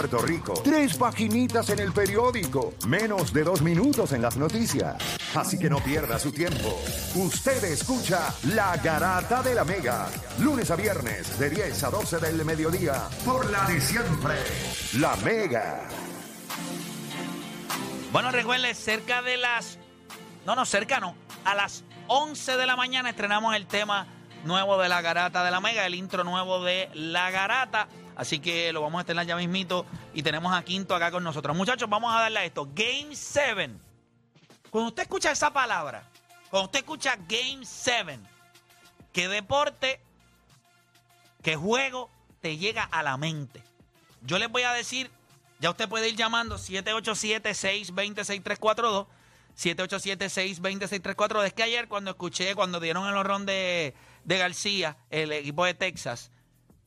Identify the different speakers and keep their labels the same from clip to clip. Speaker 1: Puerto Rico. Tres paginitas en el periódico. Menos de dos minutos en las noticias. Así que no pierda su tiempo. Usted escucha La Garata de la Mega. Lunes a viernes de 10 a 12 del mediodía. Por la de siempre. La Mega.
Speaker 2: Bueno, recuerden, cerca de las. No, no, cerca no. A las 11 de la mañana estrenamos el tema nuevo de la garata de la Mega, el intro nuevo de la garata. Así que lo vamos a estrenar ya mismito. Y tenemos a Quinto acá con nosotros. Muchachos, vamos a darle a esto. Game 7. Cuando usted escucha esa palabra, cuando usted escucha Game 7, ¿qué deporte, qué juego te llega a la mente? Yo les voy a decir, ya usted puede ir llamando 787-620-6342. 787-620-6342. Es que ayer cuando escuché, cuando dieron el horrón de, de García, el equipo de Texas,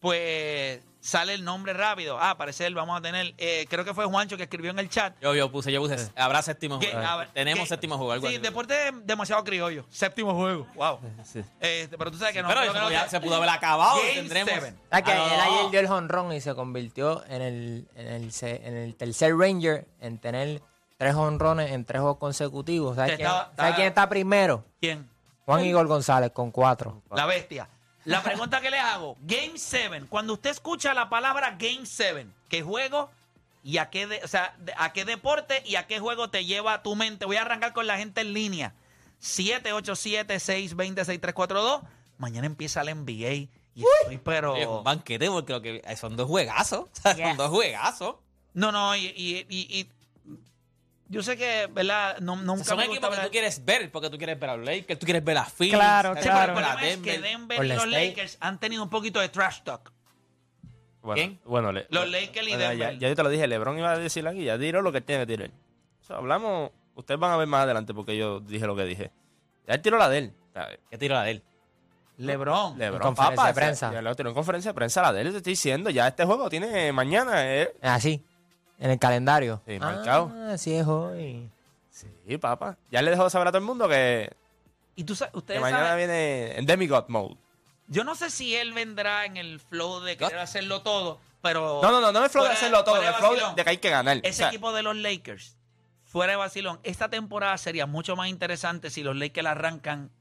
Speaker 2: pues sale el nombre rápido. Ah, parece él, vamos a tener. eh, creo que fue Juancho que escribió en el chat.
Speaker 3: Yo, yo puse, yo puse. Habrá séptimo
Speaker 2: que-
Speaker 3: juego.
Speaker 2: a ver,
Speaker 3: Tenemos
Speaker 2: que-
Speaker 3: séptimo juego. Algo
Speaker 2: Sí,
Speaker 3: así.
Speaker 2: deporte demasiado criollo. Séptimo juego. Wow.
Speaker 3: Sí.
Speaker 2: Este, pero tú sabes que no.
Speaker 3: Pero
Speaker 2: creo
Speaker 3: eso
Speaker 2: que no
Speaker 3: ya
Speaker 2: te-
Speaker 3: se pudo haber acabado.
Speaker 2: Game
Speaker 3: Tendremos.
Speaker 2: seven.
Speaker 4: O sea, que
Speaker 3: Ah, no,
Speaker 4: él
Speaker 3: no.
Speaker 4: ayer dio el honrón y se convirtió en el, en el, se- en el tercer Ranger en tener tres honrones en tres juegos consecutivos. ¿Sabes,
Speaker 2: Que
Speaker 4: quién,
Speaker 2: estaba-
Speaker 4: sabes quién está primero?
Speaker 2: ¿Quién?
Speaker 4: Juan Igor González con cuatro.
Speaker 2: La bestia. La pregunta que les hago, Game 7, cuando usted escucha la palabra Game 7, ¿qué juego y a qué, de- o sea, de- a qué deporte y a qué juego te lleva a tu mente? Voy a arrancar con la gente en línea. 787-620-6342. Mañana empieza la NBA. Y estoy,
Speaker 3: Oye, un
Speaker 2: pero...
Speaker 3: banquete, porque lo que, eh, son dos juegazos. O sea, Son
Speaker 5: Yes.
Speaker 3: dos juegazos.
Speaker 2: No, no, y, y- y- y- yo sé que, ¿verdad? No,
Speaker 3: O
Speaker 2: nunca
Speaker 3: sea, son
Speaker 2: me gusta
Speaker 3: equipos que
Speaker 2: hablar-
Speaker 3: tú quieres ver, porque tú quieres ver a los Lakers, tú quieres ver a Phoenix.
Speaker 5: Claro,
Speaker 3: tú
Speaker 2: Sí,
Speaker 3: quieres
Speaker 2: pero
Speaker 5: claro.
Speaker 2: el
Speaker 3: ver a
Speaker 2: problema es que
Speaker 3: Denver.
Speaker 2: Denver y
Speaker 4: Golden
Speaker 2: los
Speaker 4: State.
Speaker 2: Lakers han tenido un poquito de trash talk.
Speaker 6: Bueno,
Speaker 3: ¿Quién?
Speaker 6: Bueno, le-
Speaker 2: Los Lakers y
Speaker 6: bueno, ya,
Speaker 2: Denver.
Speaker 6: ya yo te lo dije, LeBron iba a decir aquí, ya tiró lo que tiene que tirar. O sea, hablamos, ustedes van a ver más adelante porque yo dije lo que dije. Ya él tiró la de él. ¿sabes?
Speaker 3: ¿Qué tiro la de él?
Speaker 2: LeBron.
Speaker 6: LeBron,
Speaker 4: conferencia
Speaker 6: papá,
Speaker 4: de
Speaker 6: o sea,
Speaker 4: prensa.
Speaker 6: ya lo tiró en conferencia de prensa la de él, te estoy diciendo, ya este juego tiene mañana. eh.
Speaker 4: Así, en el calendario.
Speaker 6: Sí, marcado.
Speaker 4: Ah, sí es hoy.
Speaker 6: Sí, papá. Ya le dejó saber a todo el mundo que,
Speaker 2: Y tú sabes,
Speaker 6: que
Speaker 2: ustedes
Speaker 6: mañana
Speaker 2: saben-
Speaker 6: viene en demigod mode.
Speaker 2: Yo no sé si él vendrá en el flow de querer hacerlo todo, pero
Speaker 6: No, no, no, no me flow de
Speaker 2: fuera-
Speaker 6: hacerlo todo,
Speaker 2: fuera
Speaker 6: me
Speaker 2: de
Speaker 6: flow
Speaker 2: vacilón.
Speaker 6: de que hay que ganar.
Speaker 2: ese
Speaker 6: O sea,
Speaker 2: equipo de los Lakers, fuera de vacilón, esta temporada sería mucho más interesante si los Lakers arrancan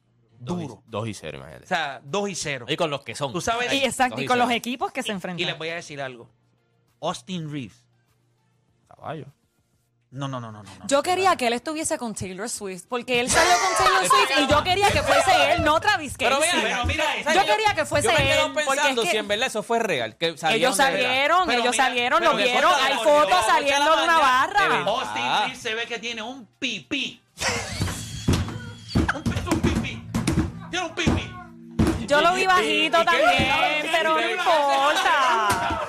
Speaker 6: dos y-
Speaker 2: duro.
Speaker 6: Dos y cero, imagínate.
Speaker 2: O sea, 2 y 0.
Speaker 3: Y con los que son.
Speaker 2: Tú sabes,
Speaker 5: Y exacto, y con
Speaker 3: Dos
Speaker 5: los
Speaker 3: y cero.
Speaker 5: equipos que se
Speaker 2: y les
Speaker 5: enfrentan.
Speaker 2: voy a decir algo. Austin Reeves.
Speaker 6: Caballo.
Speaker 2: No, no, no, no, no. no.
Speaker 5: Yo quería que él estuviese con Taylor Swift, porque él salió con Taylor Swift y yo quería que fuese él, no Travis Casey.
Speaker 3: Pero mira,
Speaker 2: Pero mira esto.
Speaker 3: ¿sabes?
Speaker 5: Yo quería que fuese
Speaker 3: yo me quedo
Speaker 5: él, porque
Speaker 3: pensando
Speaker 5: es que-
Speaker 3: si en verdad eso fue real. Que
Speaker 5: Ellos
Speaker 3: de verdad.
Speaker 5: salieron,
Speaker 2: Pero
Speaker 5: ellos
Speaker 2: mira,
Speaker 5: salieron,
Speaker 2: pero
Speaker 5: lo
Speaker 2: de
Speaker 5: vieron,
Speaker 2: fotos
Speaker 5: hay
Speaker 2: de
Speaker 5: fotos
Speaker 2: Borja,
Speaker 5: saliendo de una
Speaker 3: de
Speaker 5: barra.
Speaker 3: verdad.
Speaker 2: Austin
Speaker 3: Ah.
Speaker 2: Reeves se ve que tiene un pipí. un, pi- un pipí. Tiene un pipí.
Speaker 5: Yo lo vi bajito también, pero no importa.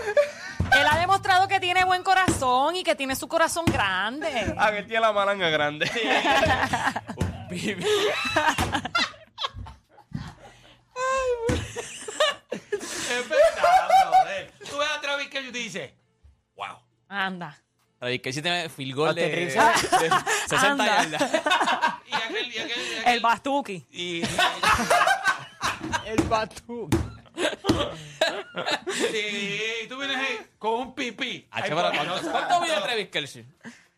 Speaker 5: Él ha demostrado que tiene buen corazón y que tiene su corazón grande.
Speaker 6: Ah, que tiene la malanga grande.
Speaker 2: Es verdad, brother. Tú ves a Travis Kelce y te dices, wow.
Speaker 5: Anda.
Speaker 3: Travis Casey tiene field goal de,
Speaker 4: Austin
Speaker 3: de
Speaker 4: Reeves.
Speaker 3: 60
Speaker 5: Anda.
Speaker 3: yardas.
Speaker 2: Y aquel, y aquel, y aquel.
Speaker 5: El Bastuki.
Speaker 2: Y,
Speaker 4: El Batu.
Speaker 2: y- y tú vienes ahí con un pipí.
Speaker 3: Ah,
Speaker 2: Ay,
Speaker 3: chaval,
Speaker 2: por Dios.
Speaker 3: ¿cuánto, ¿Cuánto mide Travis Kelsey?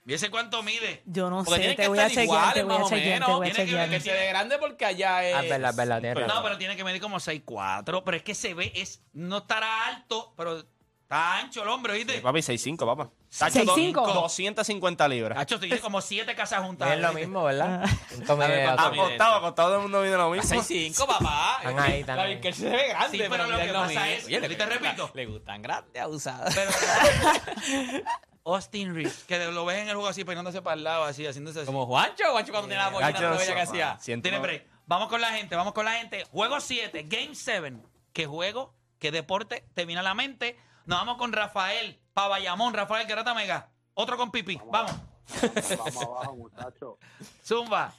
Speaker 2: ¿Y ese cuánto mide?
Speaker 5: Yo no
Speaker 3: Porque
Speaker 5: sé,
Speaker 3: tienen que
Speaker 5: te voy a
Speaker 3: estar
Speaker 5: chequear, te
Speaker 3: iguales,
Speaker 5: voy
Speaker 3: más
Speaker 5: a
Speaker 3: o
Speaker 5: chequear, te voy
Speaker 3: menos.
Speaker 5: a
Speaker 2: Tiene que
Speaker 5: chequear.
Speaker 2: ver
Speaker 3: Que se ve grande porque allá es...
Speaker 4: Ah, es verdad, es verdad, tienes
Speaker 2: No,
Speaker 4: razón.
Speaker 2: pero tiene que medir como 6'4, pero es que se ve, es, no estará alto, pero está ancho el hombre, ¿oíste?
Speaker 6: Sí, papi, 6'5, papá.
Speaker 2: Tacho,
Speaker 5: 6'5".
Speaker 2: dos-
Speaker 6: 250 libras.
Speaker 2: Tacho, tiene como 7 casas juntas.
Speaker 4: Es lo
Speaker 2: ¿oíste?
Speaker 4: mismo, ¿verdad? Cinco
Speaker 3: Dame
Speaker 4: millas.
Speaker 3: pa' mí.
Speaker 6: Acostado, acostado, todo el mundo viene lo
Speaker 3: A
Speaker 6: mismo.
Speaker 3: 6'5", papá.
Speaker 4: Están ahí, están
Speaker 3: Travis
Speaker 4: ahí.
Speaker 3: Kelce se ve grande.
Speaker 2: Sí, pero lo
Speaker 3: mira,
Speaker 2: que
Speaker 3: lo
Speaker 2: pasa
Speaker 3: mismo.
Speaker 2: es-
Speaker 3: le
Speaker 2: y te
Speaker 3: gustan-
Speaker 2: repito.
Speaker 3: Le gustan grandes, abusadas.
Speaker 2: Pero- Austin Reeves, que lo ves en el juego así, peinándose para el lado, así, haciéndose así.
Speaker 3: Como Juancho, Juancho cuando tenía la boina,
Speaker 6: Gacho,
Speaker 3: no veía que
Speaker 6: eso,
Speaker 3: hacía.
Speaker 6: man, siento-
Speaker 2: Tiene break. Vamos con la gente, vamos con la gente. Juego 7, Game 7. ¿Qué juego? ¿Qué deporte te viene a la mente? Nos vamos con Rafael, Pabayamón, Rafael Garata Mega. Otro con Pipi. Vamos.
Speaker 7: Vamos abajo, muchachos.
Speaker 2: Zumba.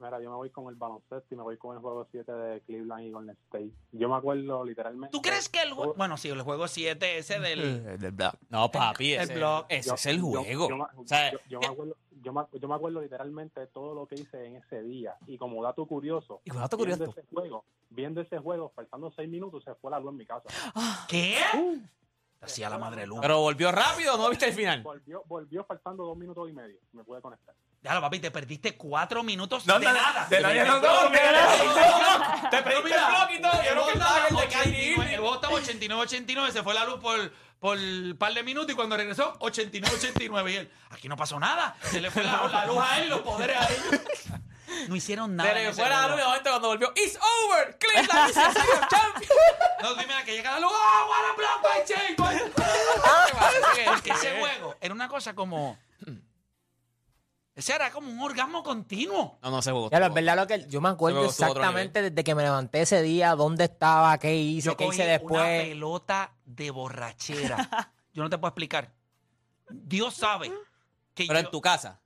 Speaker 7: Mira, yo me voy con el baloncesto y me voy con el juego 7 de Cleveland y Golden State. Yo me acuerdo literalmente.
Speaker 2: ¿Tú crees que el
Speaker 7: Yo-
Speaker 8: Oh.
Speaker 2: juego... Bueno, sí, el juego 7 ese del...
Speaker 6: Eh, del bla.
Speaker 3: No, papi,
Speaker 2: El
Speaker 3: ese,
Speaker 2: blog.
Speaker 3: ese
Speaker 7: yo-
Speaker 3: es el
Speaker 7: yo-
Speaker 3: juego.
Speaker 7: Yo, me-
Speaker 3: o sea, eh.
Speaker 7: yo- yo me acuerdo, yo, me, yo me acuerdo literalmente de todo lo que hice en ese día. Y como dato curioso,
Speaker 3: y cuando te
Speaker 7: viendo
Speaker 3: curioso,
Speaker 7: ese juego, viendo ese juego, faltando seis minutos, se fue la luz en mi casa.
Speaker 2: ¿Qué? Hacía la madre luna.
Speaker 3: Pero volvió rápido, ¿no viste el final?
Speaker 7: Volvió, volvió faltando dos minutos y medio. Me pude conectar.
Speaker 2: Déjalo, papi, te perdiste cuatro minutos
Speaker 6: No,
Speaker 2: de
Speaker 6: no, no,
Speaker 2: nada.
Speaker 6: de nadie, no, no,
Speaker 3: No,
Speaker 6: de
Speaker 3: no,
Speaker 6: Te pediste
Speaker 3: Pero mira,
Speaker 6: el block y todo, yo
Speaker 3: yo creo
Speaker 6: no
Speaker 3: que
Speaker 6: que
Speaker 3: estaba el de Kyrie
Speaker 2: 89,
Speaker 3: Irving.
Speaker 2: El juego estaba 89-89, se fue la luz por, por un par de minutos y cuando regresó, 89-89. Y él, aquí no pasó nada. Se le fue la, la luz a él, los poderes a ellos. No hicieron nada. en
Speaker 3: Pero
Speaker 2: ese
Speaker 3: fuera de
Speaker 2: juego.
Speaker 3: momento cuando volvió. It's over. Cleveland is the second champion.
Speaker 2: No, dime la que llega la luz. ¡Ah, what a block by Shea, boy! Porque ese juego era una cosa como... Ese era como un orgasmo continuo.
Speaker 3: No, no se jugó.
Speaker 4: Ya, lo- es verdad lo que yo me acuerdo
Speaker 3: Luego estuvo otro
Speaker 4: exactamente desde que me levanté ese día, dónde estaba, qué hice,
Speaker 2: Yo
Speaker 4: qué
Speaker 2: cogí
Speaker 4: hice
Speaker 2: una
Speaker 4: después.
Speaker 2: pelota de borrachera. Yo no te puedo explicar. Dios sabe que
Speaker 3: Pero
Speaker 2: yo-
Speaker 3: en tu casa.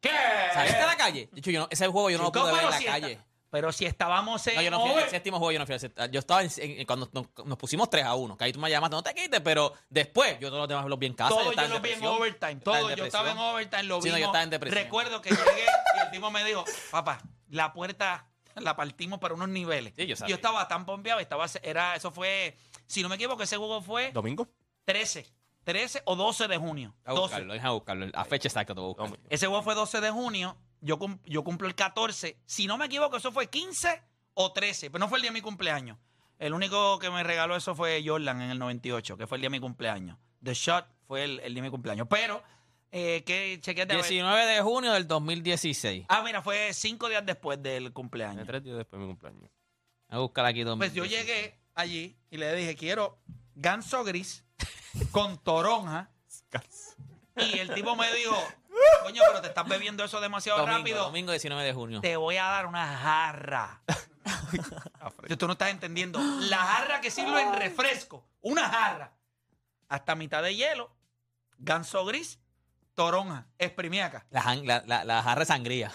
Speaker 2: ¿Qué?
Speaker 3: ¿Saliste a la calle? De hecho, yo no- ese juego yo no lo
Speaker 2: Chico,
Speaker 3: pude ver en
Speaker 2: pero
Speaker 3: la
Speaker 2: si esta-
Speaker 3: calle.
Speaker 2: Pero si estábamos en
Speaker 3: No, yo no fui al
Speaker 2: over.
Speaker 3: séptimo juego, yo no fui al séptimo. Yo estaba en, en- cuando nos, nos pusimos 3 a 1. Que ahí tú me llamaste, no te quites, pero después yo todos los demás los vi en casa.
Speaker 2: todo yo,
Speaker 3: estaba
Speaker 2: lo vi en
Speaker 3: depresión.
Speaker 2: overtime.
Speaker 3: estaba en
Speaker 2: Todo yo estaba en
Speaker 3: depresión.
Speaker 2: overtime, lo
Speaker 3: Sí, no, yo
Speaker 2: vimos.
Speaker 3: estaba en depresión.
Speaker 2: Recuerdo que llegué y el tipo me dijo, papá, la puerta la partimos para unos niveles.
Speaker 3: Sí, yo sabía.
Speaker 2: yo estaba tan pompeado, estaba, era, eso fue, si no me equivoco, ese juego fue
Speaker 6: ¿Domingo?
Speaker 2: 13, 13 o 12 de junio.
Speaker 3: Deja buscarlo,
Speaker 2: 12.
Speaker 3: deja buscarlo. A fecha exacta te voy a buscar.
Speaker 6: Hombre.
Speaker 2: Ese juego fue 12 de junio, yo, cum- yo cumplo el 14. Si no me equivoco, eso fue 15 o 13, pero no fue el día de mi cumpleaños. El único que me regaló eso fue Jordan en el 98, que fue el día de mi cumpleaños. The Shot fue el, el día de mi cumpleaños. Pero, eh, que chequete a ver.
Speaker 3: 19 de junio del 2016.
Speaker 2: Ah, mira, fue cinco días después del cumpleaños.
Speaker 6: Tres días después de mi cumpleaños.
Speaker 3: Voy a buscar aquí
Speaker 2: Pues
Speaker 3: 2016.
Speaker 2: yo llegué allí y le dije, quiero ganso gris con toronja. Y el tipo me dijo, coño, pero te estás bebiendo eso demasiado
Speaker 3: Domingo,
Speaker 2: rápido.
Speaker 3: domingo 19 de junio.
Speaker 2: te voy a dar una jarra.
Speaker 6: Ah,
Speaker 2: Yo, tú no estás entendiendo. La jarra que sirve en refresco. Una jarra. Hasta mitad de hielo. Ganso gris. Toronja. Exprimíaca.
Speaker 3: La, jan- la, la, la jarra de sangría.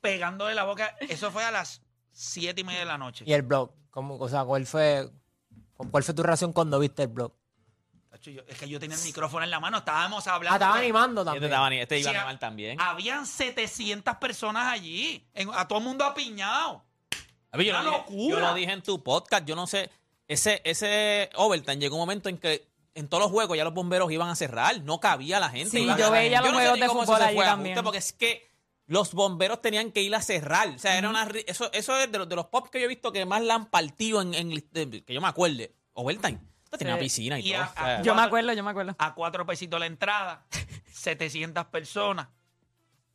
Speaker 2: Pegándole la boca. Eso fue a las siete y media de la noche.
Speaker 4: Y el blog, ¿cómo, o sea, ¿cuál fue, cuál fue tu reacción cuando viste el blog?
Speaker 2: Tacho, yo- es que yo tenía el micrófono en la mano. Estábamos hablando.
Speaker 4: Ah, estaba animando
Speaker 3: Este,
Speaker 4: también.
Speaker 3: estaba ni- este iba
Speaker 2: Sí,
Speaker 3: a
Speaker 2: a-
Speaker 3: animar también.
Speaker 2: Habían 700 personas allí. en- a todo el mundo apiñado.
Speaker 3: A ver, yo,
Speaker 2: una
Speaker 3: lo dije-
Speaker 2: locura.
Speaker 3: yo lo dije en tu podcast, yo no sé. Ese, ese Overton llegó un momento en que en todos los juegos ya los bomberos iban a cerrar, no cabía la gente.
Speaker 5: Sí,
Speaker 3: iban
Speaker 5: yo
Speaker 3: a-
Speaker 5: veía los
Speaker 3: no sé
Speaker 5: juegos
Speaker 3: ni
Speaker 5: de
Speaker 3: cómo eso
Speaker 5: fútbol
Speaker 3: se
Speaker 5: allí
Speaker 3: fue a
Speaker 5: también.
Speaker 3: ajuste, Porque es que los bomberos tenían que ir a cerrar. O sea, era una, ri- eso, eso es de los, de los pop que yo he visto que más la han partido en, en- de- que yo me acuerde. Overtime. Esto tenía
Speaker 5: Sí.
Speaker 3: piscina y,
Speaker 2: Y
Speaker 3: todo.
Speaker 2: a-
Speaker 3: o sea.
Speaker 2: a-
Speaker 5: Yo me acuerdo, yo me acuerdo.
Speaker 2: a cuatro pesitos la entrada, 700 personas.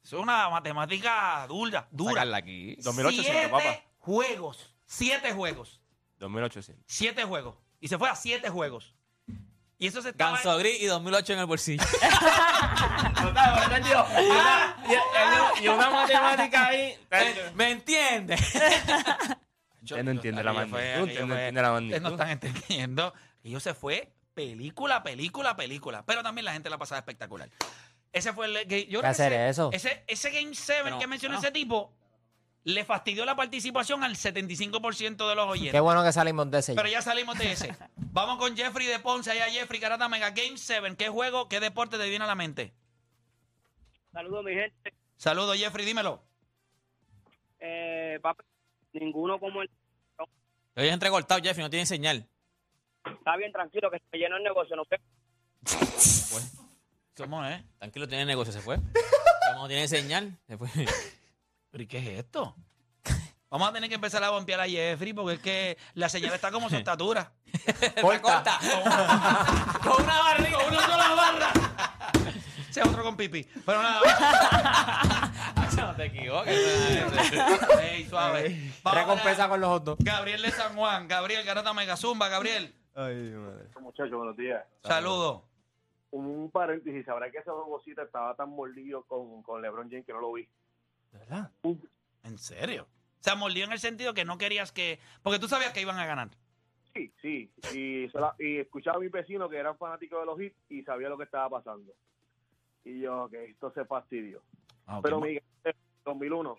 Speaker 2: Eso es una matemática dura,
Speaker 3: Sacarla
Speaker 2: dura.
Speaker 3: aquí.
Speaker 6: 2800,
Speaker 2: siete
Speaker 6: papá.
Speaker 2: juegos, siete juegos,
Speaker 6: 2800.
Speaker 2: siete juegos. Y se fue a siete juegos. Y eso se estaba...
Speaker 3: Ganso Gris y 2008 en el bolsillo.
Speaker 4: Ah.
Speaker 6: Y una matemática ahí.
Speaker 3: ¿Me entiendes?
Speaker 2: Yo-
Speaker 6: Usted no
Speaker 2: yo-
Speaker 6: entiende la magnitud,
Speaker 2: aquello fue-
Speaker 6: usted
Speaker 2: aquello
Speaker 6: no
Speaker 2: fue-
Speaker 6: entiende la
Speaker 2: ustedes no
Speaker 6: magnitud.
Speaker 2: están entendiendo. Ellos se fue película, película, película. Pero también la gente la pasaba espectacular. Ese fue el que yo creo que
Speaker 4: hacer
Speaker 2: ese,
Speaker 4: eso? ah.
Speaker 2: Ese, ese Game 7
Speaker 3: Pero,
Speaker 2: que mencionó
Speaker 3: bueno.
Speaker 2: ese tipo le fastidió la participación al 75% de los
Speaker 4: Qué
Speaker 2: oyentes.
Speaker 4: bueno que salimos de ese.
Speaker 2: Pero ya salimos de ese. Vamos con Jeffrey de Ponce. Allá Jeffrey Carata Mega Game 7. ¿Qué juego, qué deporte te viene a la mente?
Speaker 9: Saludos, mi gente.
Speaker 2: Saludos, Jeffrey, dímelo.
Speaker 9: Eh, papi, ninguno como el.
Speaker 3: Lo oyes entrecortado, Jeff, y no tiene señal.
Speaker 9: Está bien, tranquilo, que se llenó el negocio. No sé.
Speaker 2: ¿Cómo es?
Speaker 3: Tranquilo, tiene negocio, se fue. No tiene señal, se fue.
Speaker 2: ¿Pero y qué es esto? Vamos a tener que empezar a bombear a Jeffrey porque es que la señal está como su estatura.
Speaker 3: Corta.
Speaker 2: Con una barriga, con una sola barra. Ese es otro con pipí. Pero nada,
Speaker 3: no te equivoques.
Speaker 2: ey, suave. Vamos
Speaker 4: Recompensa
Speaker 2: a-
Speaker 4: con los otros.
Speaker 2: Gabriel de San Juan. Gabriel Garata Mega Zumba. Gabriel,
Speaker 6: Ay, madre.
Speaker 8: Muchachos, buenos días.
Speaker 2: saludos.
Speaker 8: Un paréntesis, sabrá que ese juego sí te estaba tan mordido con, con LeBron James que no lo vi.
Speaker 6: ¿Verdad?
Speaker 2: ¿En serio? O sea, mordió en el sentido que no querías que... Porque tú sabías que iban a ganar.
Speaker 8: Sí, sí. Y, se la- y escuchaba a mis vecinos que eran fanáticos de los hits y sabía lo que estaba pasando. Y yo, que esto se fastidió.
Speaker 2: Ah, ok.
Speaker 8: Pero Miguel, 2001,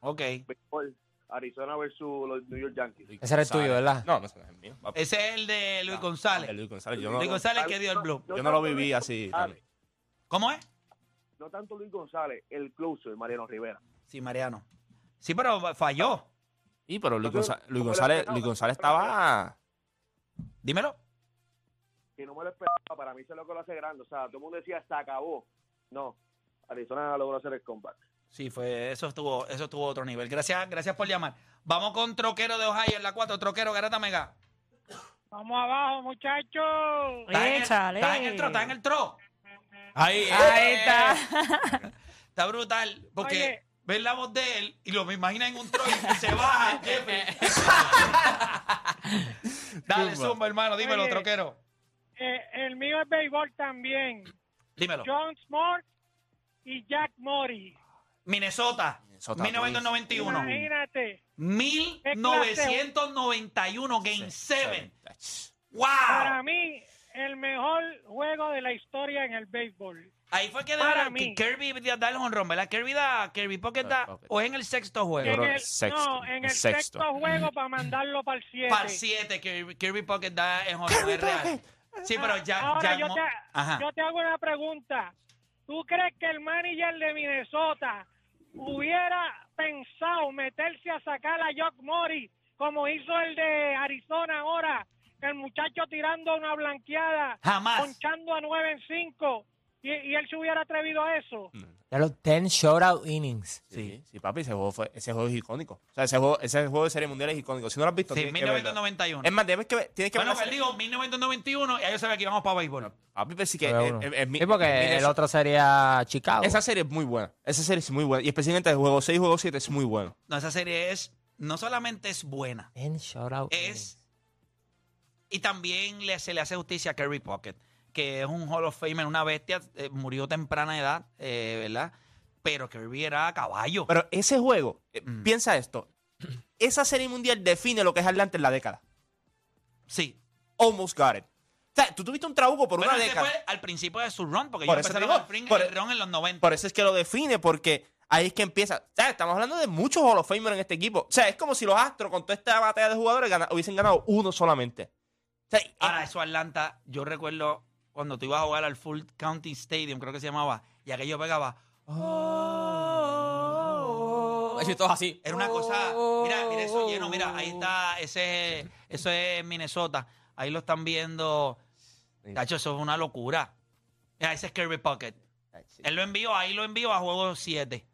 Speaker 2: Ok.
Speaker 8: béisbol, Arizona versus los New York Yankees.
Speaker 4: Ese era el tuyo, ¿verdad?
Speaker 6: No, no es el mío. papá.
Speaker 2: Ese es el de
Speaker 6: Ah,
Speaker 2: Luis González.
Speaker 6: El Luis González. Yo no,
Speaker 2: Luis González que dio el blue.
Speaker 6: yo no lo viví así.
Speaker 8: González,
Speaker 2: ¿Cómo es?
Speaker 8: No tanto Luis González, el closer, Mariano Rivera.
Speaker 2: Sí, Mariano. Sí, pero falló.
Speaker 6: Y pero Luis,
Speaker 8: Yo-
Speaker 6: Gonza- Luis
Speaker 8: yo-
Speaker 6: González, Luis González estaba...
Speaker 2: Dímelo.
Speaker 8: que no me lo esperaba. Para mí eso es lo que lo hace grande. O sea, todo el mundo decía, se acabó. No, Arizona logró hacer el comeback.
Speaker 2: Sí, fue, eso estuvo, eso estuvo a otro nivel. Gracias, gracias por llamar. Vamos con Troquero de Ohio en la 4. Troquero, Garata Mega.
Speaker 9: Vamos abajo, muchachos.
Speaker 2: ¿Estás en el-
Speaker 5: Échale.
Speaker 2: estás en el tro, estás en el tro. Ahí,
Speaker 5: Ahí
Speaker 2: eh,
Speaker 5: está.
Speaker 2: Está brutal, porque
Speaker 9: Oye.
Speaker 2: ves la voz de él y lo me imagina en un tro y se baja, jefe. Dale, zumba, hermano, dímelo,
Speaker 9: Oye.
Speaker 2: Troquero.
Speaker 9: Eh, el mío es béisbol también.
Speaker 2: Dímelo.
Speaker 9: John Smart y Jack Mori.
Speaker 2: Minnesota, pues.
Speaker 6: Minnesota,
Speaker 9: eh,
Speaker 2: 1991.
Speaker 9: Imagínate.
Speaker 2: 1991, Game 7. ¡Wow!
Speaker 9: Para mí, el mejor juego de la historia en el béisbol.
Speaker 2: Ahí fue que
Speaker 9: Para
Speaker 2: dejaron que
Speaker 9: mí.
Speaker 2: Kirby da el honrón, ¿verdad? Kirby da, Kirby Pocket
Speaker 6: Kirby
Speaker 2: da,
Speaker 6: Pocket.
Speaker 2: o es en el sexto juego.
Speaker 6: creo
Speaker 9: En
Speaker 6: que
Speaker 9: el,
Speaker 6: sexto,
Speaker 9: no, en el
Speaker 6: sexto.
Speaker 9: sexto, juego para mandarlo para el 7.
Speaker 2: Par 7, Kirby, Kirby Pocket da el honrón, es real. Sí, pero ya,
Speaker 9: Ah, Ahora
Speaker 2: ya
Speaker 9: yo
Speaker 2: mo-
Speaker 9: te,
Speaker 2: Ajá.
Speaker 9: yo te hago una pregunta. ¿Tú crees que el manager de Minnesota hubiera pensado meterse a sacar a Jock Mori como hizo el de Arizona ahora? que El muchacho tirando una blanqueada,
Speaker 2: Jamás.
Speaker 9: ponchando a 9 en 5. Y, y él se hubiera atrevido a eso.
Speaker 4: Ya los 10 shutout innings.
Speaker 6: Sí, sí, papi, ese juego, fue, ese juego es icónico. O sea, ese juego, ese juego de Serie Mundial es icónico. Si no lo has visto,
Speaker 2: Sí,
Speaker 6: tienes que verlo.
Speaker 2: 1991.
Speaker 6: Es más, tienes que ver. Tienes que
Speaker 2: bueno,
Speaker 6: ver la
Speaker 2: que digo 1991 y ahí yo sabía que íbamos para béisbol.
Speaker 6: Papi, pero sí que.
Speaker 4: Fue
Speaker 6: eh,
Speaker 4: uno.
Speaker 6: eh, eh, mi-
Speaker 4: sí, porque
Speaker 6: mira,
Speaker 4: el
Speaker 6: eso-
Speaker 4: otro sería Chicago.
Speaker 6: Esa serie es muy buena. Esa serie es muy buena. Y especialmente el juego 6 y juego 7 es muy bueno.
Speaker 2: No, esa serie es, no solamente es buena,
Speaker 4: 10 shutout innings.
Speaker 2: es, y también le, se le hace justicia a Kerry Pocket, que es un Hall of Famer, una bestia, eh, murió temprana edad, eh, ¿verdad? Pero Kirby era a caballo.
Speaker 6: Pero ese juego, eh,
Speaker 2: Mm.
Speaker 6: piensa esto. Esa serie mundial define lo que es Atlanta en la década.
Speaker 2: sí.
Speaker 6: Almost got it. O sea, tú tuviste un trabuco por
Speaker 2: Bueno,
Speaker 6: una
Speaker 2: ese
Speaker 6: década.
Speaker 2: fue al principio de su run, porque
Speaker 6: Por
Speaker 2: ellos
Speaker 6: eso te digo,
Speaker 2: empezaron el, fring-
Speaker 6: por- e
Speaker 2: el run en los 90.
Speaker 6: Por eso es que lo define, porque ahí es que empieza. O sea, estamos hablando de muchos Hall of Famer en este equipo. O sea, es como si los Astros, con toda esta batalla de jugadores, gana- hubiesen ganado uno solamente. O sea, y-
Speaker 2: Ahora, Ah, eso Atlanta, yo recuerdo cuando tú ibas a jugar al Full County Stadium, creo que se llamaba, y aquello pegaba.
Speaker 3: Así, todos así.
Speaker 2: Era una cosa. Mira, mira eso lleno, mira, ahí está, ese es- eso es Minnesota. Ahí lo están viendo. Tacho, eso es una locura. Mira, ese es Kirby Pocket. Él lo envió, ahí lo envió a juego 7.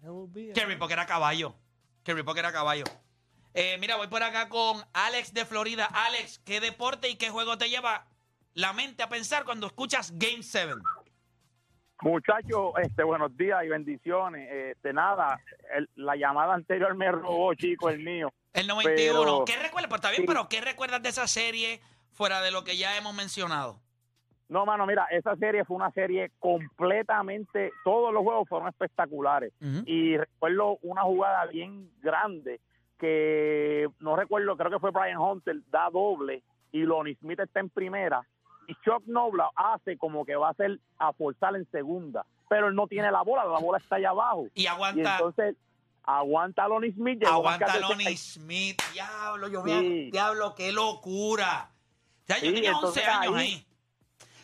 Speaker 2: Kirby Pocket era caballo. Kirby Pocket era caballo. Eh, mira, voy por acá con Alex de Florida. Alex, ¿qué deporte y qué juego te lleva la mente a pensar cuando escuchas Game 7?
Speaker 8: Muchachos, este, buenos días y bendiciones. Este, nada, el- la llamada anterior me robó, chico, el mío.
Speaker 2: El
Speaker 8: Pero-
Speaker 2: 91. ¿Qué recuerdas? Pues está bien,
Speaker 8: Sí.
Speaker 2: pero ¿qué recuerdas de esa serie fuera de lo que ya hemos mencionado?
Speaker 8: No, mano, mira, esa serie fue una serie completamente, todos los juegos fueron espectaculares. Y recuerdo una jugada bien grande que no recuerdo, creo que fue Brian Hunter, da doble y Lonnie Smith está en primera. Y Chuck Nobla hace como que va a ser a forzar en segunda, pero él no tiene la bola, la bola está allá abajo.
Speaker 2: Y
Speaker 8: Y
Speaker 2: aguanta,
Speaker 8: entonces aguanta a Lonnie Smith. llegó a
Speaker 2: aguanta
Speaker 8: marcar de
Speaker 2: Lonnie
Speaker 8: seis.
Speaker 2: Smith. Diablo, yo
Speaker 8: Sí.
Speaker 2: veo- diablo, qué locura. Ya yo
Speaker 8: Sí,
Speaker 2: tenía 11
Speaker 8: entonces
Speaker 2: años
Speaker 8: ahí-
Speaker 2: ahí.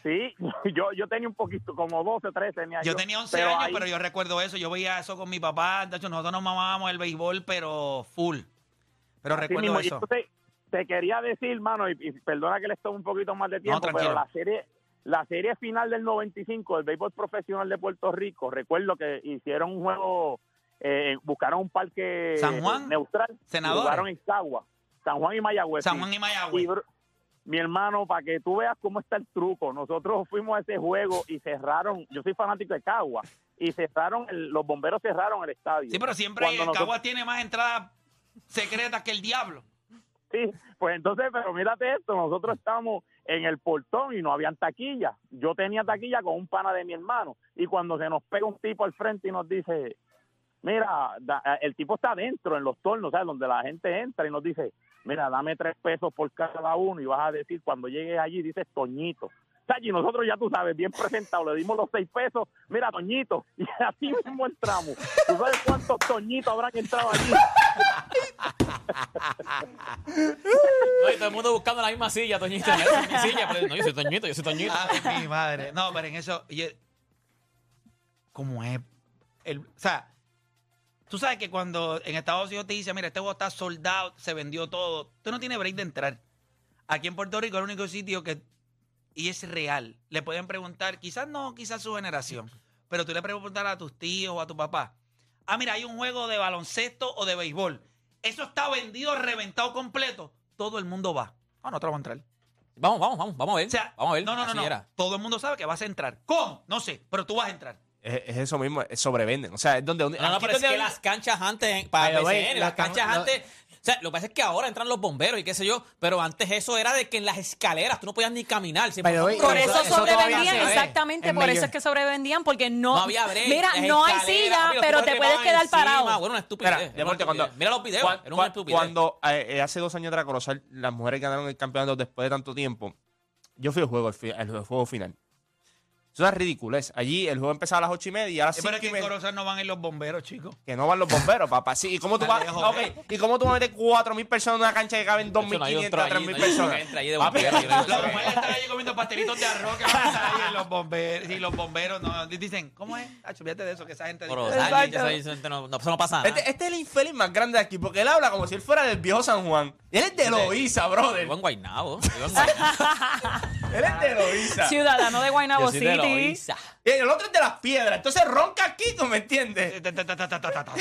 Speaker 8: Sí, yo, yo tenía un poquito, como 12, 13. tenía
Speaker 2: Yo tenía 11 años, pero yo recuerdo eso. Yo veía eso con mi papá. De hecho, nosotros nos mamábamos el béisbol, pero full. Pero
Speaker 8: Así
Speaker 2: recuerdo
Speaker 8: mismo, y
Speaker 2: eso.
Speaker 8: entonces, te quería decir, mano, y, y perdona que le tome un poquito más de tiempo,
Speaker 2: tranquilo.
Speaker 8: pero la serie, la serie final del 95 del béisbol profesional de Puerto Rico, recuerdo que hicieron un juego, eh, buscaron un parque
Speaker 2: ¿San Juan?
Speaker 8: neutral, y
Speaker 2: Senadores.
Speaker 8: jugaron en Cagua, San Juan y Mayagüez.
Speaker 2: San
Speaker 8: sí.
Speaker 2: Juan y Mayagüez.
Speaker 8: Y, bro, mi hermano, para que tú veas cómo está el truco, nosotros fuimos a ese juego y cerraron, yo soy fanático de Cagua, y cerraron, el- los bomberos cerraron el estadio.
Speaker 2: Sí, pero siempre el
Speaker 8: Cuando nosotros-
Speaker 2: Caguas tiene más entradas secretas que el diablo.
Speaker 8: Sí, pues entonces, pero mírate esto, nosotros estábamos en el portón y no habían taquilla. Yo tenía taquilla con un pana de mi hermano y cuando se nos pega un tipo al frente y nos dice, mira, da- eh, el tipo está adentro en los tornos, ¿sabes? Donde la gente entra y nos dice, mira, dame tres pesos por cada uno y vas a decir, cuando llegues allí, dices Toñito. O sea, Y nosotros ya tú sabes, bien presentado, le dimos los seis pesos, mira, Toñito, y así mismo entramos. ¿Tú sabes cuántos Toñitos habrán entrado allí?
Speaker 3: No, y todo el mundo buscando la misma silla, Toñito. Yo soy mi silla, pero no, yo soy Toñito, yo soy Toñito.
Speaker 2: Ay, mi madre. No, pero en eso. oye, ¿Cómo es? El, o sea, tú sabes que cuando en Estados Unidos te dicen, mira, este juego está soldado, se vendió todo, tú no tienes break de entrar. Aquí en Puerto Rico es el único sitio que. Y es real. Le pueden preguntar, quizás no, quizás su generación, pero tú le puedes preguntar a tus tíos o a tu papá. Ah, mira, hay un juego de baloncesto o de béisbol. Eso está vendido, reventado completo. Todo el mundo va. Ah, no te lo voy a entrar.
Speaker 3: Vamos, vamos, vamos, vamos a ver.
Speaker 2: O sea,
Speaker 3: vamos a ver.
Speaker 2: No, no, no,
Speaker 3: Así
Speaker 2: no.
Speaker 3: era.
Speaker 2: Todo el mundo sabe que vas a entrar. ¿Cómo? No sé, pero tú vas a entrar.
Speaker 6: Es, es eso mismo, es sobrevenden. O sea, es donde.
Speaker 3: No, no,
Speaker 6: aquí
Speaker 3: pero es
Speaker 6: donde-
Speaker 3: que las canchas antes, para
Speaker 4: By the way,
Speaker 3: PCN,
Speaker 4: la
Speaker 3: las
Speaker 4: cam-
Speaker 3: canchas
Speaker 4: la-
Speaker 3: antes. O sea, lo que pasa es que ahora entran los bomberos y qué sé yo, pero antes eso era de que en las escaleras tú no podías ni caminar. siempre
Speaker 4: Pero,
Speaker 3: fue un
Speaker 4: oye,
Speaker 5: Por
Speaker 3: problema.
Speaker 5: eso
Speaker 4: eso todavía
Speaker 5: sobrevendían,
Speaker 4: se ve
Speaker 5: exactamente,
Speaker 4: en
Speaker 5: por
Speaker 4: Mayor.
Speaker 5: eso es que sobrevendían, porque no.
Speaker 3: No había break.
Speaker 5: Mira,
Speaker 3: las
Speaker 5: no hay
Speaker 3: escaleras,
Speaker 5: silla,
Speaker 3: papi,
Speaker 5: pero
Speaker 3: tú
Speaker 5: te
Speaker 3: trepabas
Speaker 5: puedes quedar
Speaker 3: encima.
Speaker 5: parado.
Speaker 3: Bueno, una estupidez.
Speaker 6: Mira,
Speaker 3: era una
Speaker 6: deporte, cuando,
Speaker 3: estupidez. eh, Mira los videos,
Speaker 6: cuan-
Speaker 3: era una
Speaker 6: cuan-
Speaker 3: estupidez.
Speaker 6: Cuando eh, eh, hace dos años atrás, Corozal, las mujeres ganaron el campeonato después de tanto tiempo. Yo fui al juego, al fi- al juego final. Es una ridiculez. Allí el juego empezaba a las ocho y media y a las
Speaker 2: Eh,
Speaker 6: cinco
Speaker 2: Pero es que
Speaker 6: y
Speaker 2: en
Speaker 6: media.
Speaker 2: Corozal no van a ir los bomberos, chicos.
Speaker 6: Que no van los bomberos, papá. Sí, ¿y cómo tú vas?
Speaker 2: Está lejos.
Speaker 6: ok, ¿Y cómo tú vas a meter cuatro mil personas en una cancha que caben dos
Speaker 3: De hecho,
Speaker 6: mil
Speaker 3: no hay un
Speaker 6: quinientas,
Speaker 3: tro
Speaker 6: tres
Speaker 3: allí,
Speaker 6: mil
Speaker 3: no hay un tro
Speaker 6: personas?
Speaker 3: que entra allí de
Speaker 6: Papi,
Speaker 3: bombero, yo no sé.
Speaker 2: Los bomberos están allí comiendo pastelitos de arroz que van a estar ahí en los bomberos y los bomberos no dicen, ¿cómo es? Tacho, fíjate de eso, que esa gente
Speaker 3: Por
Speaker 2: dice,
Speaker 3: Rosario,
Speaker 6: Exacto.
Speaker 3: eso- eso- eso no- no, eso no pasa nada.
Speaker 6: Este, este es el infeliz más grande de aquí, porque él habla como si él fuera del viejo San Juan. Él es de Loíza, brother.
Speaker 3: Vivo en Guaynabo. vivo en Guaynabo.
Speaker 6: Él es de Loíza.
Speaker 5: Ciudadano de Guaynabo
Speaker 3: Yo soy de
Speaker 5: City.
Speaker 3: Loíza.
Speaker 6: Y el otro es de las piedras. Entonces ronca aquí, ¿tú me entiendes?
Speaker 2: "Ta, ta, ta, ta, ta, ta, ta, ta".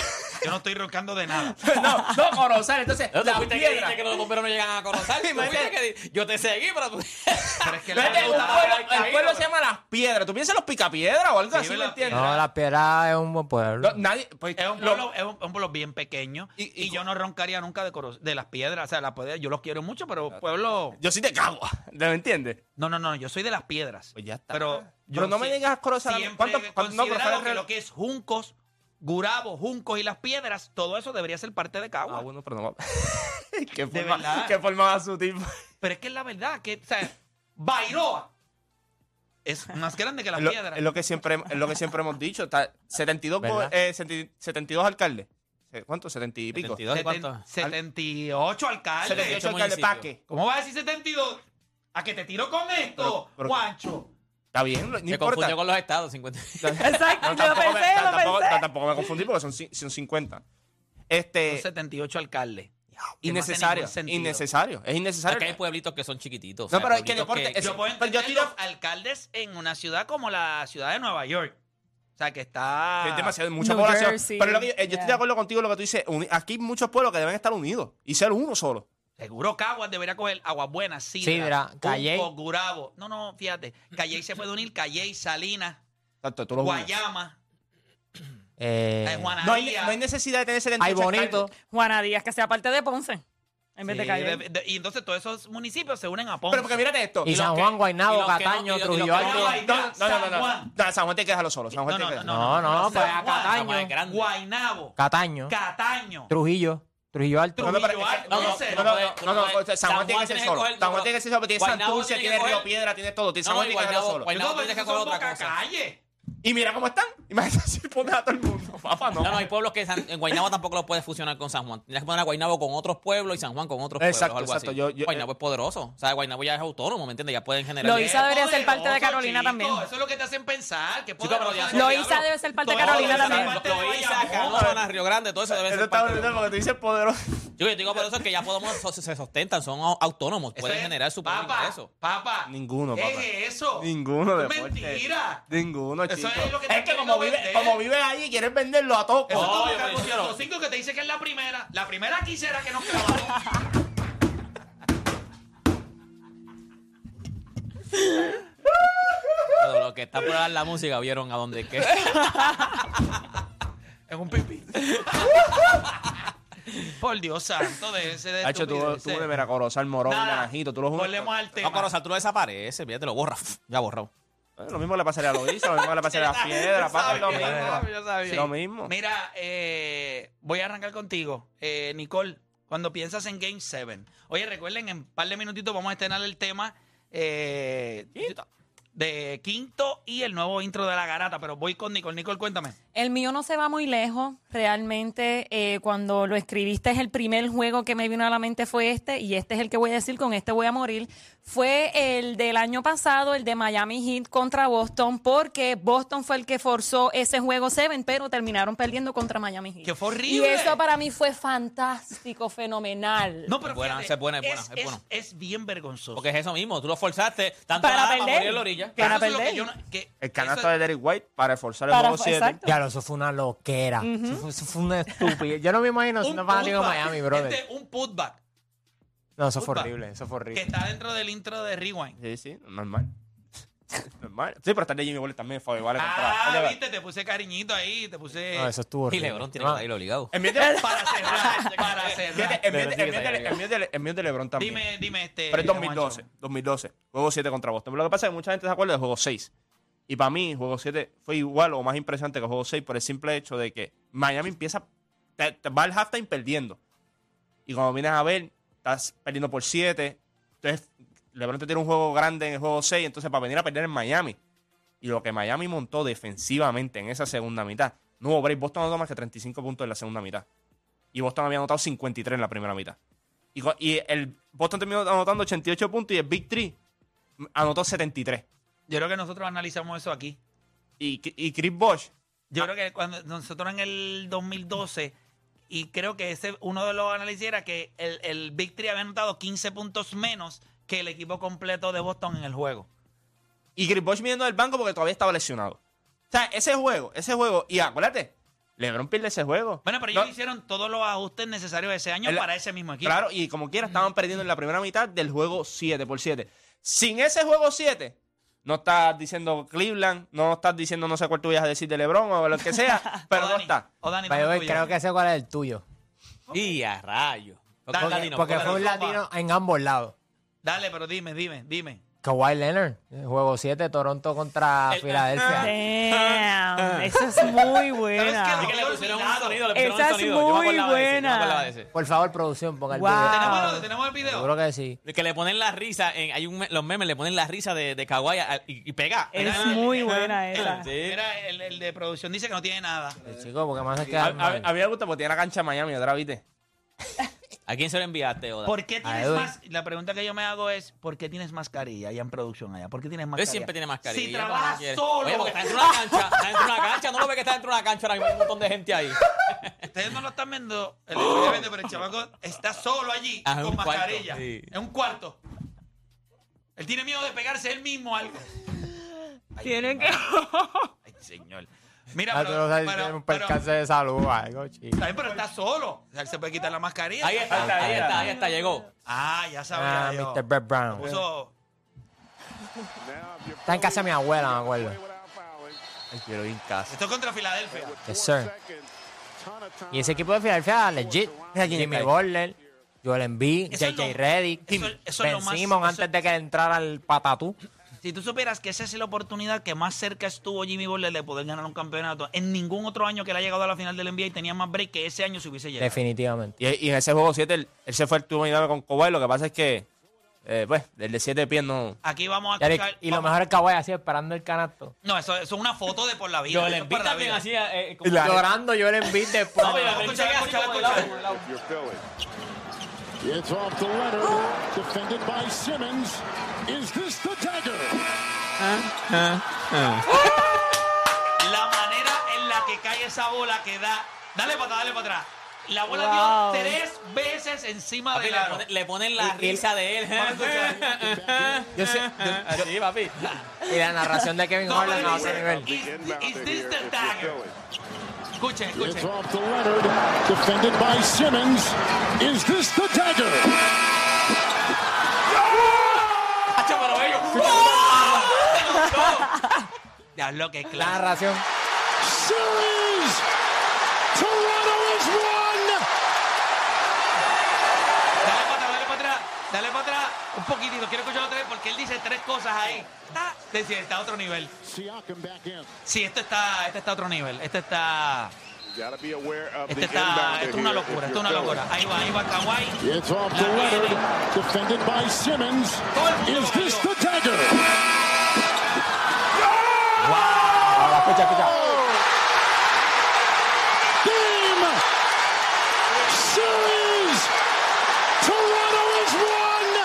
Speaker 2: Yo no estoy roncando de nada.
Speaker 6: No, no, Corozal. Entonces,
Speaker 3: ¿No te
Speaker 6: las
Speaker 3: fuiste que
Speaker 6: piedras.
Speaker 3: dijiste que los bomberos no llegan a Corozal? ¿Tú
Speaker 6: Imagínate.
Speaker 3: fuiste que di- Yo te seguí, pero tú...
Speaker 2: Pero es que
Speaker 6: Pero
Speaker 2: la
Speaker 6: este es un
Speaker 2: pregunta-
Speaker 6: pueblo- el pueblo se llama Las Piedras. ¿Tú piensas en los Picapiedras o algo
Speaker 2: Sí,
Speaker 6: así, me
Speaker 2: ¿verdad?
Speaker 6: entiendes?
Speaker 4: No, la piedra es un buen pueblo.
Speaker 6: No, nadie, pues,
Speaker 2: es un
Speaker 6: lo-
Speaker 2: pueblo, es un, es un pueblo bien pequeño y,
Speaker 6: Y- y-
Speaker 2: yo no roncaría nunca de, Coroz- de las piedras. O sea, las piedras- yo los quiero mucho, pero pueblo.
Speaker 6: yo sí te cago, ¿me entiendes?
Speaker 2: No, no, no, yo soy de las piedras.
Speaker 6: Pues ya está.
Speaker 2: Pero, yo
Speaker 6: Pero no me
Speaker 2: sí-
Speaker 6: digas Corozal.
Speaker 2: siempre
Speaker 6: ¿Cuánto-
Speaker 2: he
Speaker 6: cuánto- no, pero
Speaker 2: considerado
Speaker 6: fuera
Speaker 2: que
Speaker 6: de-
Speaker 2: lo que es Juncos, Gurabo, Juncos y las piedras, todo eso debería ser parte de Cagua.
Speaker 6: Ah, bueno, pero no va. ¿Qué
Speaker 2: verdad.
Speaker 6: forma, ¿Qué forma va su tipo?
Speaker 2: Pero es que es la verdad, que, o sea, Bairoa es más grande que las
Speaker 6: Es lo,
Speaker 2: piedras.
Speaker 6: es lo que siempre, hem- es lo que siempre hemos dicho. Está 72, go-
Speaker 4: ¿Verdad?
Speaker 6: eh, 70 72 alcaldes. Eh, ¿Cuántos? 70 y pico.
Speaker 3: 72 y
Speaker 2: Seten-
Speaker 3: cuánto?
Speaker 2: 78 alcaldes.
Speaker 6: 78 alcaldes.
Speaker 3: 78 municipios.
Speaker 6: ¿Para qué?
Speaker 2: ¿Cómo vas a decir 72? ¿A que te tiro con esto,
Speaker 6: Pero- pero-
Speaker 2: Juancho?
Speaker 6: Está bien, no
Speaker 3: Me
Speaker 6: importa.
Speaker 3: confundió con los estados, 50.
Speaker 5: Exacto, yo
Speaker 6: tampoco, me,
Speaker 5: pensé, lo
Speaker 6: tampoco-
Speaker 5: pensé.
Speaker 6: tampoco me confundí porque son, ci- son 50.
Speaker 2: Son
Speaker 6: Este,
Speaker 2: 78 alcaldes. Que no hace
Speaker 6: innecesario.
Speaker 2: ningún sentido.
Speaker 6: innecesario. Es innecesario.
Speaker 3: Acá hay pueblitos que son chiquititos.
Speaker 6: No,
Speaker 3: o sea,
Speaker 6: pero es que
Speaker 3: pueblitos
Speaker 6: deporte- es-
Speaker 2: Yo puedo
Speaker 6: Pero yo
Speaker 2: entender
Speaker 6: tiro-
Speaker 2: los alcaldes en una ciudad como la ciudad de Nueva York. O sea, que está...
Speaker 6: Es demasiado, mucha
Speaker 5: New
Speaker 6: población.
Speaker 5: Jersey,
Speaker 6: Pero lo que yo, eh, yo estoy de
Speaker 5: yeah.
Speaker 6: acuerdo contigo en lo que tú dices. Uni- aquí hay muchos pueblos que deben estar unidos y ser uno solo.
Speaker 2: Seguro Caguas debería coger Aguas Buenas,
Speaker 4: Sidra,
Speaker 2: Sidra,
Speaker 4: Calley.
Speaker 2: Junco, Gurabo. No, no, fíjate. Calley se puede unir, Calley, Salinas,
Speaker 6: Tanto, tú los unes.
Speaker 2: Guayama,
Speaker 4: Eh,
Speaker 2: eh, Juana
Speaker 6: No hay,
Speaker 2: Díaz.
Speaker 6: no hay necesidad de tener 78
Speaker 4: hay bonito.
Speaker 6: alcaldes.
Speaker 5: Juana Díaz, que sea parte de Ponce. En vez de
Speaker 2: Sí,
Speaker 5: Calle.
Speaker 2: de- de- y entonces todos esos municipios se unen a Ponce.
Speaker 6: Pero porque mírate esto.
Speaker 4: Y
Speaker 6: los
Speaker 4: San
Speaker 6: que-
Speaker 4: Juan,
Speaker 3: y
Speaker 4: Guaynabo,
Speaker 3: los que no- y
Speaker 4: Castaño,
Speaker 3: los- y los
Speaker 4: Trujillo
Speaker 3: que no
Speaker 4: Alto.
Speaker 2: hay-
Speaker 6: No, no, no, no,
Speaker 2: San Juan.
Speaker 6: no. No, San Juan te quedas a los solos. San Juan
Speaker 2: No,
Speaker 6: te
Speaker 2: no,
Speaker 6: quedas.
Speaker 4: No,
Speaker 2: no,
Speaker 4: no, pues
Speaker 2: San
Speaker 4: a
Speaker 2: Juan,
Speaker 4: Cataño,
Speaker 3: San Juan es grande.
Speaker 2: Guaynabo,
Speaker 4: Cataño,
Speaker 2: Cataño,
Speaker 4: Trujillo, Trujillo Alto.
Speaker 2: Trujillo
Speaker 6: No, no, pero-
Speaker 2: Alto,
Speaker 6: no, no,
Speaker 2: ese,
Speaker 6: no, no, no, no, no, no, San Juan tiene que ser
Speaker 3: tienes que
Speaker 6: solo.
Speaker 3: coger-
Speaker 6: San Juan tiene que ser solo. Tiene
Speaker 3: Guaynabo
Speaker 6: Santurce,
Speaker 3: tiene que
Speaker 6: tiene Río
Speaker 3: coger-
Speaker 6: Piedra, tiene todo. Tiene
Speaker 3: No,
Speaker 6: San Juan
Speaker 3: y
Speaker 6: tiene que ser
Speaker 3: Guaynabo-
Speaker 6: solo.
Speaker 3: Guaynabo
Speaker 2: pero
Speaker 3: tiene que
Speaker 2: esos son
Speaker 3: coger otra
Speaker 2: Boca
Speaker 3: cosa.
Speaker 2: Calle.
Speaker 6: Y mira cómo están. Imagínate si pones a todo el mundo. Papá, no.
Speaker 3: No, no, hay pueblos que San- en Guaynabo tampoco lo puedes fusionar con San Juan. Tienes que poner a Guaynabo con otros pueblos y San Juan con otros
Speaker 6: Exacto,
Speaker 3: pueblos. Algo
Speaker 6: exacto.
Speaker 3: Así.
Speaker 6: Yo- yo-
Speaker 3: Guaynabo es poderoso. O sea, Guaynabo ya es autónomo, ¿me entiendes? Ya pueden generar.
Speaker 5: Lo Loíza hizo- debería ser parte de
Speaker 2: poderoso,
Speaker 5: Carolina también.
Speaker 2: Eso es lo que te hacen pensar. Que
Speaker 3: Chico, pero ya-
Speaker 2: poderoso-
Speaker 5: Loíza debe ser parte de Carolina
Speaker 2: Loíza,
Speaker 5: también.
Speaker 2: parte de
Speaker 3: Loíza,
Speaker 2: Bayamón.
Speaker 3: Canóvana, Río Grande, todo eso debe
Speaker 6: Eso
Speaker 3: ser.
Speaker 6: está
Speaker 3: Parte de...
Speaker 6: bonito porque tú dices poderoso.
Speaker 3: Yo, yo digo por eso es que ya podemos so- se sostentan, son au- autónomos,
Speaker 2: Eso
Speaker 3: pueden
Speaker 2: es-
Speaker 3: generar su propio
Speaker 2: Papá,
Speaker 3: ingreso.
Speaker 2: Papá.
Speaker 6: Ninguno,
Speaker 2: ¿Qué
Speaker 6: papá.
Speaker 2: es eso?
Speaker 6: Ninguno
Speaker 2: Es
Speaker 6: de deporte.
Speaker 2: mentira.
Speaker 6: Ninguno,
Speaker 2: Eso
Speaker 6: chico.
Speaker 2: es lo que te
Speaker 6: Es que
Speaker 2: quiero
Speaker 6: como vive-
Speaker 2: vender.
Speaker 6: como vives ahí, quieres venderlo a todos.
Speaker 2: Eso es como
Speaker 3: yo
Speaker 2: que
Speaker 3: prefiero-
Speaker 2: Carlos Cinco que te dice que es la primera. La primera quisiera que nos clavamos.
Speaker 3: Pero los que están por dar la música vieron a dónde es que.
Speaker 2: Es un pipí. Por Dios santo, de ese de
Speaker 6: Hacho, tú,
Speaker 2: estupideces.
Speaker 6: tú de Veracruzar, Morón,
Speaker 2: Nada.
Speaker 6: Naranjito, tú los
Speaker 2: Volvemos al tema.
Speaker 3: No, Corozal, tú lo desapareces, fíjate, lo borras. Ya borrado.
Speaker 6: Eh, Lo mismo le pasaría a Loíza, lo mismo le pasaría a las piedras, papá, es lo mismo.
Speaker 2: Sí.
Speaker 6: Lo mismo.
Speaker 2: Mira, eh, voy a arrancar contigo, eh, Nicole. Cuando piensas en Game 7. Oye, recuerden, en un par de minutitos vamos a estrenar el tema. eh, de Quinto y el nuevo intro de La Garata. Pero voy con Nicole. Nicole, cuéntame.
Speaker 5: El mío no se va muy lejos. Realmente, eh, cuando lo escribiste, es el primer juego que me vino a la mente fue este, y este es el que voy a decir, con este voy a morir. Fue el del año pasado, el de Miami Heat contra Boston, porque Boston fue el que forzó ese juego 7, pero terminaron perdiendo contra Miami Heat.
Speaker 2: ¡Que fue
Speaker 5: y
Speaker 2: horrible!
Speaker 5: eso para mí fue fantástico, fenomenal.
Speaker 2: No, pero
Speaker 3: Es buena,
Speaker 2: fíjate,
Speaker 3: es buena, es buena,
Speaker 2: es,
Speaker 3: es buena.
Speaker 2: es bien vergonzoso.
Speaker 3: Porque es eso mismo, tú lo forzaste tanto
Speaker 5: Para
Speaker 3: a- a
Speaker 5: perder.
Speaker 3: morir en la orilla.
Speaker 5: Para
Speaker 2: Eso es lo que
Speaker 5: perder.
Speaker 2: yo no- que-
Speaker 6: El
Speaker 2: eso
Speaker 6: canasto
Speaker 2: es-
Speaker 6: de Derek White para reforzar el
Speaker 5: Para-
Speaker 6: juego 7.
Speaker 5: exacto.
Speaker 4: Claro, eso fue una loquera. eso, fue, eso fue una estupidez. Yo no me imagino siendo fanático de
Speaker 2: putback.
Speaker 4: Miami, brother.
Speaker 2: Este, un putback
Speaker 4: no, eso fue
Speaker 2: putback.
Speaker 4: horrible, eso fue
Speaker 2: que
Speaker 4: horrible.
Speaker 2: está dentro del intro de Rewind.
Speaker 6: Sí, sí, normal. normal. Sí, pero está el de Jimmy Waller también, Fabio. Vale,
Speaker 2: Ah,
Speaker 6: contra-
Speaker 2: viste, te puse cariñito ahí, te puse...
Speaker 4: No, eso estuvo
Speaker 3: Y
Speaker 4: horrible.
Speaker 3: Lebron tiene
Speaker 4: No,
Speaker 3: que ir obligado.
Speaker 6: Envíate-
Speaker 2: Para cerrar, para cerrar.
Speaker 6: fíjate, envíate-
Speaker 4: Pero sí que
Speaker 6: envíate-
Speaker 4: está bien.
Speaker 6: envíate- Envíate de LeBron también.
Speaker 2: Dime, dime este...
Speaker 6: Pero es
Speaker 2: Juancho.
Speaker 6: 2012, 2012. Juego 7 contra Boston. Pero lo que pasa es que mucha gente se acuerda del juego 6. Y para mí, juego 7 fue igual o más impresionante que el juego 6 por el simple hecho de que Miami empieza. te- te va al halftime perdiendo. Y cuando vienes a ver, estás perdiendo por 7. Entonces, LeBron te tiene un juego grande en el juego 6. Entonces, para venir a perder en Miami. Y lo que Miami montó defensivamente en esa segunda mitad. No hubo break. Boston anotó más que 35 puntos en la segunda mitad. Y Boston había anotado 53 en la primera mitad. Y, co- y el Boston terminó anotando 88 puntos y el Big 3 anotó 73.
Speaker 2: Yo creo que nosotros analizamos eso aquí.
Speaker 6: Y, y Chris Bosh
Speaker 2: Yo creo que cuando nosotros en el 2012, y creo que ese uno de los análisis era que el, el Big Three había anotado 15 puntos menos que el equipo completo de Boston en el juego.
Speaker 6: Y Chris Bosh viniendo del banco porque todavía estaba lesionado. O sea, ese juego, ese juego. Y acuérdate, LeBron pierde ese juego.
Speaker 2: Bueno, pero ellos
Speaker 6: No,
Speaker 2: hicieron todos los ajustes necesarios ese año
Speaker 6: El-
Speaker 2: para ese mismo equipo.
Speaker 6: Claro, y como quiera, estaban perdiendo en la primera mitad del juego 7 por 7. Sin ese juego 7, no estás diciendo Cleveland, no estás diciendo no sé cuál tú ibas a decir de LeBron o lo que sea,
Speaker 2: O
Speaker 6: pero no
Speaker 2: Oh, Dani,
Speaker 6: está.
Speaker 2: o Dani,
Speaker 4: By the
Speaker 2: ¿dónde
Speaker 4: way,
Speaker 2: tú
Speaker 4: creo
Speaker 2: llegas?
Speaker 4: que sé cuál es el tuyo.
Speaker 3: Y a rayo.
Speaker 2: Dale,
Speaker 3: Porque-
Speaker 2: dale,
Speaker 4: Porque
Speaker 2: dale,
Speaker 4: fue un
Speaker 2: dale,
Speaker 4: latino en ambos lados.
Speaker 2: Dale, pero dime, dime, dime.
Speaker 4: Kawhi Leonard, juego 7, Toronto contra Filadelfia.
Speaker 5: Damn, esa es muy buena.
Speaker 2: ¿Sabes qué?
Speaker 3: Así que le pusieron un sonido, le
Speaker 5: Esa
Speaker 3: pusieron un
Speaker 5: es
Speaker 3: sonido. Yo me
Speaker 5: muy
Speaker 3: acordaba de ese, yo me
Speaker 5: buena.
Speaker 3: acordaba de ese.
Speaker 4: Por favor, producción, ponga el
Speaker 5: Wow.
Speaker 4: video.
Speaker 2: ¿Tenemos,
Speaker 5: Ah.
Speaker 2: el- tenemos el video?
Speaker 4: Seguro que sí.
Speaker 3: Que le ponen la risa, en, hay un, me- los memes le ponen la risa de, de Kawhi a- y, y pega.
Speaker 5: Es
Speaker 3: Pega.
Speaker 5: muy buena esa.
Speaker 3: Sí.
Speaker 2: Ah, Mira, el, el de producción dice que no tiene nada.
Speaker 4: Eh, Chico, porque más se
Speaker 6: A,
Speaker 4: queda.
Speaker 6: a- a mí me gusta porque tiene la cancha de Miami otra, ¿viste?
Speaker 3: ¿A quién se lo enviaste, Oda?
Speaker 2: ¿Por qué tienes
Speaker 4: Ay,
Speaker 2: más? La pregunta que yo me hago es, ¿por qué tienes mascarilla allá en producción allá? ¿Por qué tienes mascarilla?
Speaker 3: Él siempre tiene mascarilla.
Speaker 2: Si
Speaker 3: como
Speaker 2: trabajas
Speaker 3: quiere.
Speaker 2: solo.
Speaker 3: Oye, porque está dentro de una cancha. Está dentro de una cancha. No lo ves que está dentro de una cancha. Ahora mismo hay un montón de gente ahí.
Speaker 2: Ustedes no lo están viendo, el obviamente, pero el chamaco está solo allí
Speaker 3: Ah, es
Speaker 2: con
Speaker 3: un cuarto,
Speaker 2: mascarilla.
Speaker 3: sí.
Speaker 2: En un cuarto. Él tiene miedo de pegarse él mismo algo.
Speaker 5: Tienen que.
Speaker 2: Ay, señor. Mira,
Speaker 4: Ah, tú
Speaker 2: pero,
Speaker 4: no sabes si
Speaker 2: pero-
Speaker 4: tiene un
Speaker 2: pero-
Speaker 4: percance de salud o algo, chico.
Speaker 2: también, pero está solo. O sea, él se puede quitar la mascarilla.
Speaker 3: Ahí está, ahí está, ahí está, ahí está, llegó.
Speaker 2: Ah, ya sabía
Speaker 4: Ah,
Speaker 2: yo.
Speaker 4: Mr. Brett Brown.
Speaker 2: Puso-
Speaker 4: Está en casa de mi abuela, me acuerdo.
Speaker 6: Ay, quiero ir en casa.
Speaker 2: Esto es contra Filadelfia.
Speaker 4: Yes, sir. Y ese equipo de Filadelfia, legit. Jimmy Butler, Joel Embiid,
Speaker 2: Eso es
Speaker 4: J.J.
Speaker 2: lo-
Speaker 4: Reddick,
Speaker 2: eso es- eso es lo
Speaker 4: Ben
Speaker 2: más-
Speaker 4: Simon
Speaker 2: eso-
Speaker 4: antes de que entrara el patatú.
Speaker 2: Si tú supieras que esa es la oportunidad que más cerca estuvo Jimmy Butler de poder ganar un campeonato, en ningún otro año que le ha llegado a la final del NBA y tenía más break que ese año se hubiese llegado.
Speaker 4: Definitivamente.
Speaker 6: Y, y en ese juego 7, él, él se fue al tubo y dame con Kawhi. Lo que pasa es que, eh, pues, el de 7 pies no.
Speaker 2: Aquí vamos a
Speaker 4: Eric,
Speaker 2: escuchar-
Speaker 4: Y lo
Speaker 2: vamos-
Speaker 4: mejor es que voy así esperando el canasto.
Speaker 2: No, eso, eso es una foto de por la vida.
Speaker 3: Yo
Speaker 2: eso
Speaker 3: le
Speaker 2: es
Speaker 3: envío
Speaker 2: para la
Speaker 3: también
Speaker 2: vida.
Speaker 3: así. eh, como-
Speaker 4: Llorando Joel Embiid después.
Speaker 3: No, pero
Speaker 2: Escucha,
Speaker 3: pensé que así
Speaker 2: escucha,
Speaker 3: como de
Speaker 2: escucha.
Speaker 3: lado, por lado.
Speaker 10: It's off to Leonard, defended by Simmons. Is this the dagger?
Speaker 2: La manera en la que cae esa bola que da. Dale para atrás, dale para atrás. La bola
Speaker 5: Wow.
Speaker 2: dio tres veces encima
Speaker 3: Papi,
Speaker 2: del
Speaker 3: le,
Speaker 2: aro.
Speaker 3: ponen, le ponen la risa de él.
Speaker 4: Yo sé-
Speaker 3: Así, papi.
Speaker 4: yo- y la narración de Kevin
Speaker 2: No,
Speaker 4: Harlan
Speaker 2: pero
Speaker 4: a
Speaker 2: dice,
Speaker 4: otro nivel.
Speaker 2: "Is- is this the dagger?" Escuchen,
Speaker 10: It's
Speaker 2: escuchen.
Speaker 10: off to Leonard, defended by Simmons. Is this the dagger?
Speaker 3: Hacho, pero bello.
Speaker 2: Diablo, que
Speaker 4: La
Speaker 2: claro.
Speaker 4: narración.
Speaker 10: Series! Toronto is one!
Speaker 2: Dale para atrás, dale para atrás. Dale para atrás. Un poquitito. Quiero escuchar otra vez porque él dice tres cosas ahí. Está, decir, está a otro nivel.
Speaker 10: Siakam back in.
Speaker 2: Sí, esto está, este está a otro nivel. Este está. Este está.
Speaker 10: inbound
Speaker 2: Esto es una locura, esto es una locura. Ahí va, ahí va Kawhi.
Speaker 10: It's off to Leonard, defended by Simmons.
Speaker 2: Todo el mundo
Speaker 10: Is
Speaker 2: lo
Speaker 10: this
Speaker 2: bailó.
Speaker 10: the dagger?
Speaker 11: escucha, escucha.
Speaker 10: Game series. Toronto is one.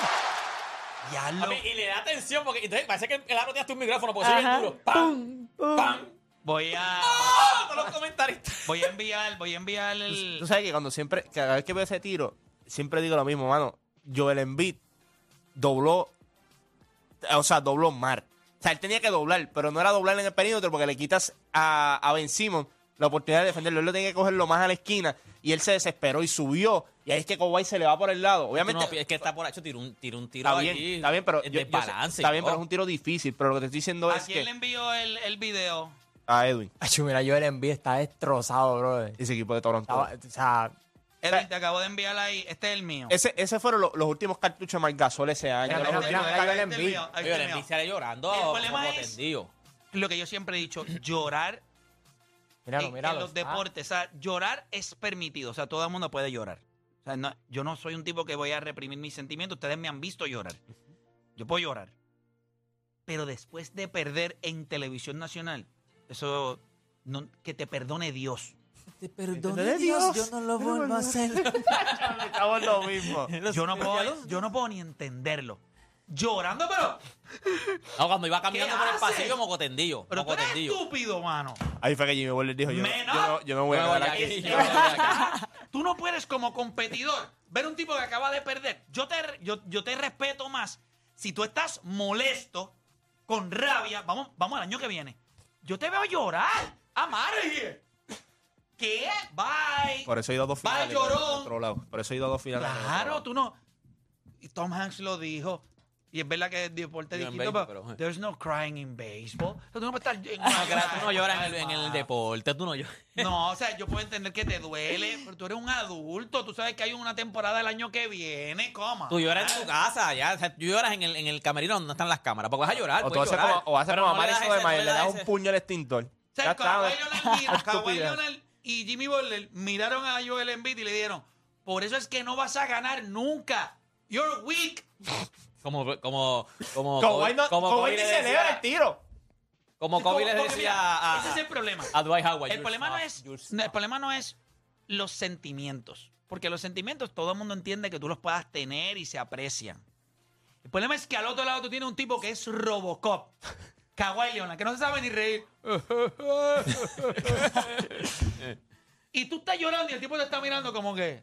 Speaker 3: Papi, y le da atención porque entonces parece que el aro tiene hasta un micrófono porque soy bien duro. ¡Pam! ¡Pam! ¡Ah!
Speaker 2: Voy a,
Speaker 3: Todos los comentaristas.
Speaker 2: voy a enviar, voy a enviar el...
Speaker 6: Tú sabes que cuando siempre, cada vez que veo ese tiro, siempre digo lo mismo, mano. Joel Embiid dobló, o sea, dobló mar. O sea, él tenía que doblar, pero no era doblar en el perímetro porque le quitas a, a Ben Simmons la oportunidad de defenderlo. Él lo tenía que cogerlo más a la esquina y él se desesperó y subió. Y ahí es que Kawhi se le va por el lado. Obviamente,
Speaker 3: No, es que está por hecho, tiró un, tiró un tiro
Speaker 6: está bien,
Speaker 3: allí.
Speaker 6: está bien, pero
Speaker 3: Es
Speaker 6: yo- yo sé-
Speaker 3: desbalance,
Speaker 6: está bien, pero es
Speaker 3: ¿no?
Speaker 6: un tiro difícil. Pero lo que te estoy diciendo
Speaker 2: ¿A
Speaker 6: es
Speaker 2: quién le
Speaker 6: que
Speaker 2: envió el, el video?
Speaker 6: a Edwin,
Speaker 4: Acho, mira, Joel Embiid está destrozado, brother.
Speaker 6: ese equipo de Toronto.
Speaker 4: Estaba- o sea,
Speaker 6: Eh.
Speaker 2: Edwin, te acabo de enviar ahí. Este es el mío.
Speaker 6: Ese, ese fueron lo- los, últimos cartuchos de Marc Gasol ese año.
Speaker 4: Mira,
Speaker 6: Los-
Speaker 4: mira, mira,
Speaker 2: Este
Speaker 4: Joel
Speaker 2: es el
Speaker 4: Embiid.
Speaker 2: mío, este
Speaker 3: Oye,
Speaker 2: es
Speaker 3: el
Speaker 2: el mío.
Speaker 3: Embiid sale llorando.
Speaker 2: El problema
Speaker 3: como
Speaker 2: es-
Speaker 3: atendido.
Speaker 2: Lo que yo siempre he dicho, llorar
Speaker 4: míralo,
Speaker 2: en,
Speaker 4: míralo.
Speaker 2: en los
Speaker 4: Ah,
Speaker 2: deportes. O sea, llorar es permitido. O sea, todo el mundo puede llorar. O sea, no- yo no soy un tipo que voy a reprimir mis sentimientos. Ustedes me han visto llorar. Yo puedo llorar. Pero después de perder en televisión nacional, eso no- que te perdone Dios.
Speaker 3: Te
Speaker 4: Ah,
Speaker 3: perdone Dios, yo no lo vuelvo a hacer.
Speaker 6: Estamos en lo mismo.
Speaker 2: Yo no puedo, yo no puedo ni entenderlo. Llorando, pero,
Speaker 3: No, cuando iba caminando
Speaker 2: ¿Qué
Speaker 3: por el
Speaker 2: haces?
Speaker 3: pasillo, mocotendillo.
Speaker 2: pero tú eres
Speaker 3: Mocotendillo.
Speaker 2: estúpido, mano.
Speaker 6: Ahí fue que Jimmy Butler dijo, yo, no-
Speaker 2: Menos.
Speaker 6: yo no, yo no voy a
Speaker 3: Yo me
Speaker 6: quedar
Speaker 3: voy
Speaker 6: aquí.
Speaker 3: aquí, yo me voy aquí.
Speaker 2: Tú no puedes como competidor ver un tipo que acaba de perder. Yo te, yo, yo te respeto más. Si tú estás molesto, con rabia, vamos, vamos al año que viene. Yo te veo llorar. Amargue. ¿Qué? Bye.
Speaker 6: Por eso he ido a dos
Speaker 2: Va,
Speaker 6: finales.
Speaker 2: llorón.
Speaker 6: del otro lado. Por eso he ido a dos finales. del otro
Speaker 2: Claro,
Speaker 6: lado.
Speaker 2: tú no. Y Tom Hanks lo dijo. Y es verdad que el deporte es
Speaker 3: Digo en
Speaker 2: distinto,
Speaker 3: béisbol,
Speaker 2: pero,
Speaker 3: pero, eh.
Speaker 2: there's no crying in baseball. O sea, tú no puedes estar...
Speaker 3: No, claro, tú no lloras en el, en el deporte, tú no lloras.
Speaker 2: No, o sea, yo puedo entender que te duele, pero tú eres un adulto. Tú sabes que hay una temporada el año que viene, coma.
Speaker 3: Tú lloras en tu casa, ya. O sea, tú lloras en el, en el camerino donde no están las cámaras. Porque vas a llorar.
Speaker 6: O tú
Speaker 3: puedes
Speaker 6: haces
Speaker 3: llorar,
Speaker 6: como, o haces
Speaker 3: pero
Speaker 6: como
Speaker 3: no le das
Speaker 6: Marisol de
Speaker 3: ese- no
Speaker 6: Mayer, le
Speaker 3: das
Speaker 6: das
Speaker 3: ese-
Speaker 6: un puño al extintor.
Speaker 2: O sea,
Speaker 6: Ya está,
Speaker 2: Kawhi
Speaker 6: ¿ves?
Speaker 2: Leonard mira- Kawhi
Speaker 6: Estupidez.
Speaker 2: Leonard y Jimmy Butler miraron a Joel Embiid y le dieron, por eso es que no vas a ganar nunca. You're weak.
Speaker 3: Como, como, como,
Speaker 6: Kawhi no- Kawhi
Speaker 3: Kobe
Speaker 6: ni
Speaker 3: le
Speaker 6: celebra este- el
Speaker 3: decía,
Speaker 6: tiro.
Speaker 3: como Kobe le
Speaker 2: Como- porque
Speaker 3: decía
Speaker 2: mira,
Speaker 3: a,
Speaker 2: Ese es el problema.
Speaker 3: a Dwight Howard. Ah,
Speaker 2: El
Speaker 3: "You're
Speaker 2: problema, no
Speaker 3: smart,
Speaker 2: es,
Speaker 3: you're
Speaker 2: no, el
Speaker 3: smart".
Speaker 2: problema no es los sentimientos. Porque los sentimientos todo el mundo entiende que tú los puedas tener y se aprecian. El problema es que al otro lado tú tienes un tipo que es Robocop. Kawhi Leona, que no se sabe ni reír. y tú estás llorando y el tipo te está mirando como que...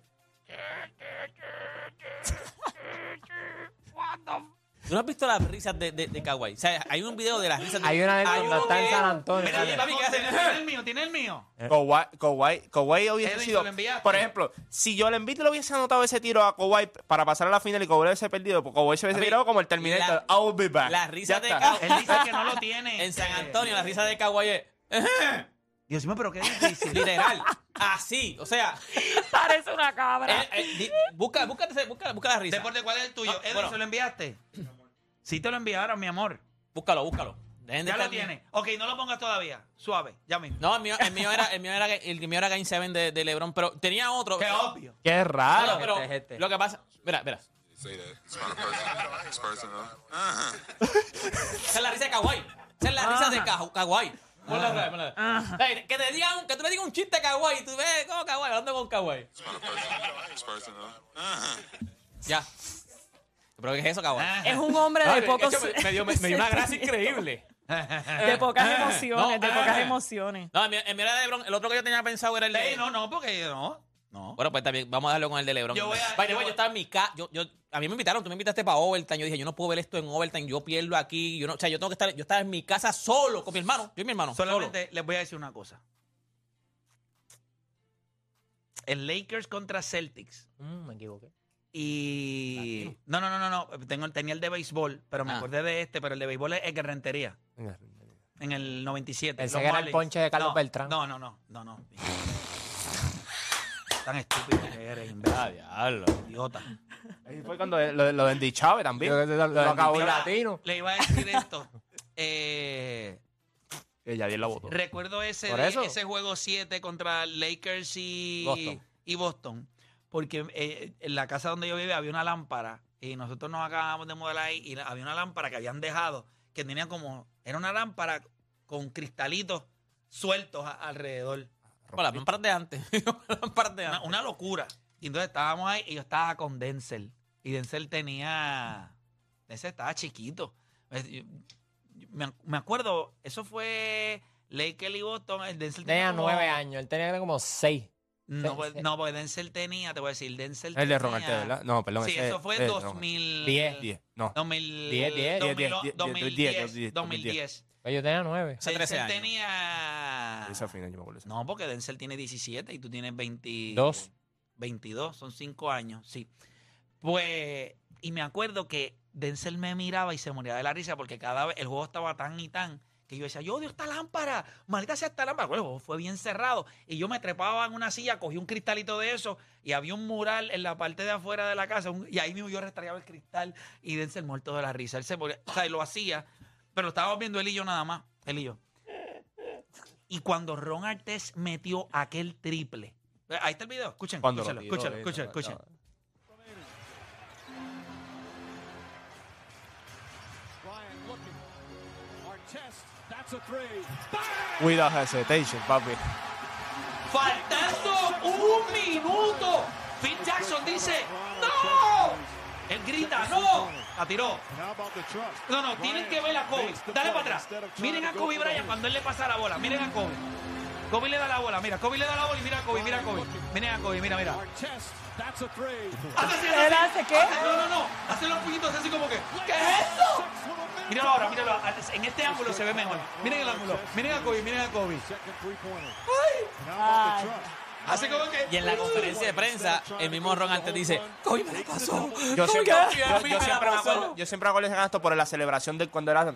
Speaker 3: ¿Tú no has visto las risas de, de, de Kawhi? O sea, hay un video de las risas de
Speaker 4: Hay una de cuando
Speaker 3: un
Speaker 4: está en
Speaker 3: video-
Speaker 4: San Antonio.
Speaker 3: Mira,
Speaker 4: Mira,
Speaker 3: papi, ¿qué hace?
Speaker 2: Tiene el mío, tiene el mío.
Speaker 6: Eh. Kawhi, Kawhi, Kawhi hubiese
Speaker 2: Edwin,
Speaker 6: sido.
Speaker 2: tú lo enviaste.
Speaker 6: Por ejemplo, si yo Embiid le hubiese anotado ese tiro a Kawhi para pasar a la final y Kawhi hubiese perdido, pues Kawhi se hubiese
Speaker 3: Papi,
Speaker 6: tirado como el Terminator.
Speaker 3: la-
Speaker 6: I'll be back.
Speaker 3: la risa
Speaker 6: Ya
Speaker 3: de
Speaker 6: está.
Speaker 3: Kawhi.
Speaker 2: Él dice que no lo tiene.
Speaker 3: En San Antonio, la risa de Kawhi es
Speaker 2: Dios mío, pero qué difícil.
Speaker 3: literal. Así. O sea,
Speaker 5: Parece una cabra.
Speaker 3: eh, eh, di- busca, busca, busca, busca la risa.
Speaker 2: Deporte, ¿cuál es el tuyo?
Speaker 3: No,
Speaker 2: Edwin,
Speaker 3: bueno.
Speaker 2: ¿se lo enviaste? Sí te lo enviaron, mi amor.
Speaker 3: Búscalo, búscalo. Dejen de
Speaker 2: Ya lo
Speaker 3: estar-
Speaker 2: tiene. Ok, no lo pongas todavía. Suave, ya mismo.
Speaker 3: No, el mío, el mío era, el mío era, el mío era Game 7 de, de LeBron, pero tenía otro.
Speaker 2: Qué obvio.
Speaker 4: Qué
Speaker 3: Ah, No,
Speaker 4: raro.
Speaker 3: pero
Speaker 4: Este, este.
Speaker 3: lo que pasa, mira, mira. Esa es la risa de Kawhi. Esa es la risa de Ka- Kawhi. Ponla otra vez, ponla otra vez. Ey, Que te digan, un- que tú le digas un chiste a Kawhi y tú ves, ¿cómo Kawhi? Hablando con Kawhi. Ya. Pero ¿qué es eso, Kawhi?
Speaker 2: Ah,
Speaker 5: Es un hombre de
Speaker 3: Ay,
Speaker 5: pocos.
Speaker 3: hecho, me, me dio, me- me dio una gracia increíble.
Speaker 5: De pocas emociones,
Speaker 3: No,
Speaker 5: de
Speaker 3: eh.
Speaker 5: pocas emociones.
Speaker 3: No, el mío, el mío era de LeBron. El otro que yo tenía pensado era el de...
Speaker 2: Ey, no, no, porque no. No.
Speaker 3: Bueno, pues también vamos a darlo con el de LeBron.
Speaker 2: Yo voy a-
Speaker 3: By the
Speaker 2: yo
Speaker 3: way,
Speaker 2: voy-
Speaker 3: yo estaba en mi casa. Yo, yo, a mí me invitaron, tú me invitaste para Overtime. Yo dije, yo no puedo ver esto en Overtime, yo pierdo aquí. Yo no, o sea, yo tengo que estar. Yo estaba en mi casa solo con mi hermano. Yo y mi hermano.
Speaker 2: Solamente les voy a decir una cosa. El Lakers contra Celtics.
Speaker 4: Mm, me equivoqué.
Speaker 2: Y. No, no, no, no, no. Tengo, tenía el de béisbol, pero me
Speaker 3: Ah.
Speaker 2: acordé de este, pero el de béisbol es el que rentería. En el 97.
Speaker 4: Pensé
Speaker 2: los
Speaker 4: que era el
Speaker 2: Marlins.
Speaker 4: ponche de Carlos
Speaker 2: No,
Speaker 4: Beltrán.
Speaker 2: No, no, no, no, no. Tan estúpido que eres, imbécil,
Speaker 3: diablo.
Speaker 2: idiota.
Speaker 6: Ahí fue cuando lo, lo de Andy Chávez también.
Speaker 4: Lo- lo- lo acabó
Speaker 2: Mira,
Speaker 4: latino.
Speaker 2: Le iba a decir esto. Eh,
Speaker 6: Que Yadier la votó.
Speaker 2: recuerdo ese,
Speaker 4: Por
Speaker 2: de-
Speaker 4: eso.
Speaker 2: ese juego 7 contra Lakers y
Speaker 3: Boston.
Speaker 2: y Boston, porque eh, en la casa donde yo vivía había una lámpara y nosotros nos acabamos de mudar ahí y la- había una lámpara que habían dejado que tenía como, era una lámpara con cristalitos sueltos a- alrededor.
Speaker 3: Con las lámparas de antes. Con las lámparas de
Speaker 2: Una,
Speaker 3: antes.
Speaker 2: una locura. Y entonces estábamos ahí y yo estaba con Denzel. Y Denzel tenía. Denzel estaba chiquito. Eh, yo- yo- Me, ac- me acuerdo, eso fue Lakers y Boston. el Denzel
Speaker 4: Tenía
Speaker 2: como-
Speaker 4: nueve años, él tenía como seis.
Speaker 2: No,
Speaker 4: Sí,
Speaker 2: pues-
Speaker 4: sí.
Speaker 2: no, porque Denzel tenía, te voy a decir, Denzel
Speaker 6: El de
Speaker 2: tenía-
Speaker 6: Ron Artest, ¿verdad? No, perdón.
Speaker 2: Sí,
Speaker 6: ese-
Speaker 2: eso fue
Speaker 6: ese es de Ron Artest.
Speaker 2: 2000.
Speaker 6: 10. No.
Speaker 2: 2000,
Speaker 6: 10, 10, 10,
Speaker 2: 2010,
Speaker 6: 2010,
Speaker 2: 2010, 2010.
Speaker 4: Pues yo tenía nueve.
Speaker 3: Hace 13
Speaker 2: Denzel
Speaker 3: años.
Speaker 2: tenía...
Speaker 6: Esa final yo me acuerdo.
Speaker 2: No, porque Denzel tiene 17 y tú tienes 20...
Speaker 4: Dos.
Speaker 2: 22, son 5 años, sí. Pues, y me acuerdo que Denzel me miraba y se moría de la risa porque cada vez el juego estaba tan y tan que yo decía, yo odio esta lámpara, maldita sea esta lámpara. Bueno, el juego fue bien cerrado y yo me trepaba en una silla, cogí un cristalito de eso y había un mural en la parte de afuera de la casa un- y ahí mismo yo restregaba el cristal y Denzel muerto de la risa. Él se moría, o sea, y lo hacía, pero lo estábamos viendo él y yo nada más, él y yo. Y cuando Ron Artes metió aquel triple, eh, ahí está el video, escuchen,
Speaker 6: Cuando
Speaker 2: escúchalo,
Speaker 6: lo tiró,
Speaker 2: escúchalo,
Speaker 6: eh,
Speaker 2: escuchen,
Speaker 6: no,
Speaker 2: escuchen.
Speaker 6: no.
Speaker 10: Ryan looking. Artest, that's a three.
Speaker 6: Without hesitation, papi.
Speaker 2: Faltando un minuto, Phil Jackson dice, ¡No! Él grita, ¡No! La tiró.
Speaker 10: How about the trust?
Speaker 2: No, no, tienen que ver a Kobe.
Speaker 10: makes the
Speaker 2: Dale
Speaker 10: play
Speaker 2: para atrás.
Speaker 10: instead of trying
Speaker 2: Miren
Speaker 10: to
Speaker 2: a
Speaker 10: go
Speaker 2: Kobe
Speaker 10: for the
Speaker 2: Bryant
Speaker 10: win.
Speaker 2: cuando él le pasa la bola. Miren a Kobe. Kobe le da la bola. Mira, Kobe le da la bola y mira a Kobe, mira a Kobe. Miren a Kobe, mira, mira.
Speaker 10: Artest, that's a three.
Speaker 2: Hace así, hace así. Hace- No, no, no. Hace los puñitos así como que, ¿qué es eso?
Speaker 10: Six with a minute.
Speaker 2: Míralo ahora, míralo. En este ángulo se ve mejor. Miren el ángulo. Miren a Kobe, miren a Kobe.
Speaker 10: Second three-pointer. How about the trust?
Speaker 2: Hace como que...
Speaker 3: Y en la conferencia de prensa, el mismo Ron antes dice, Kobe me la pasó.
Speaker 6: Yo
Speaker 3: Kobe
Speaker 6: siempre,
Speaker 3: confía en
Speaker 6: yo,
Speaker 3: mí,
Speaker 6: yo
Speaker 3: me la
Speaker 6: siempre me
Speaker 3: pasó".
Speaker 6: acuerdo, yo siempre me acuerdo de ese gasto por la celebración del cuando era.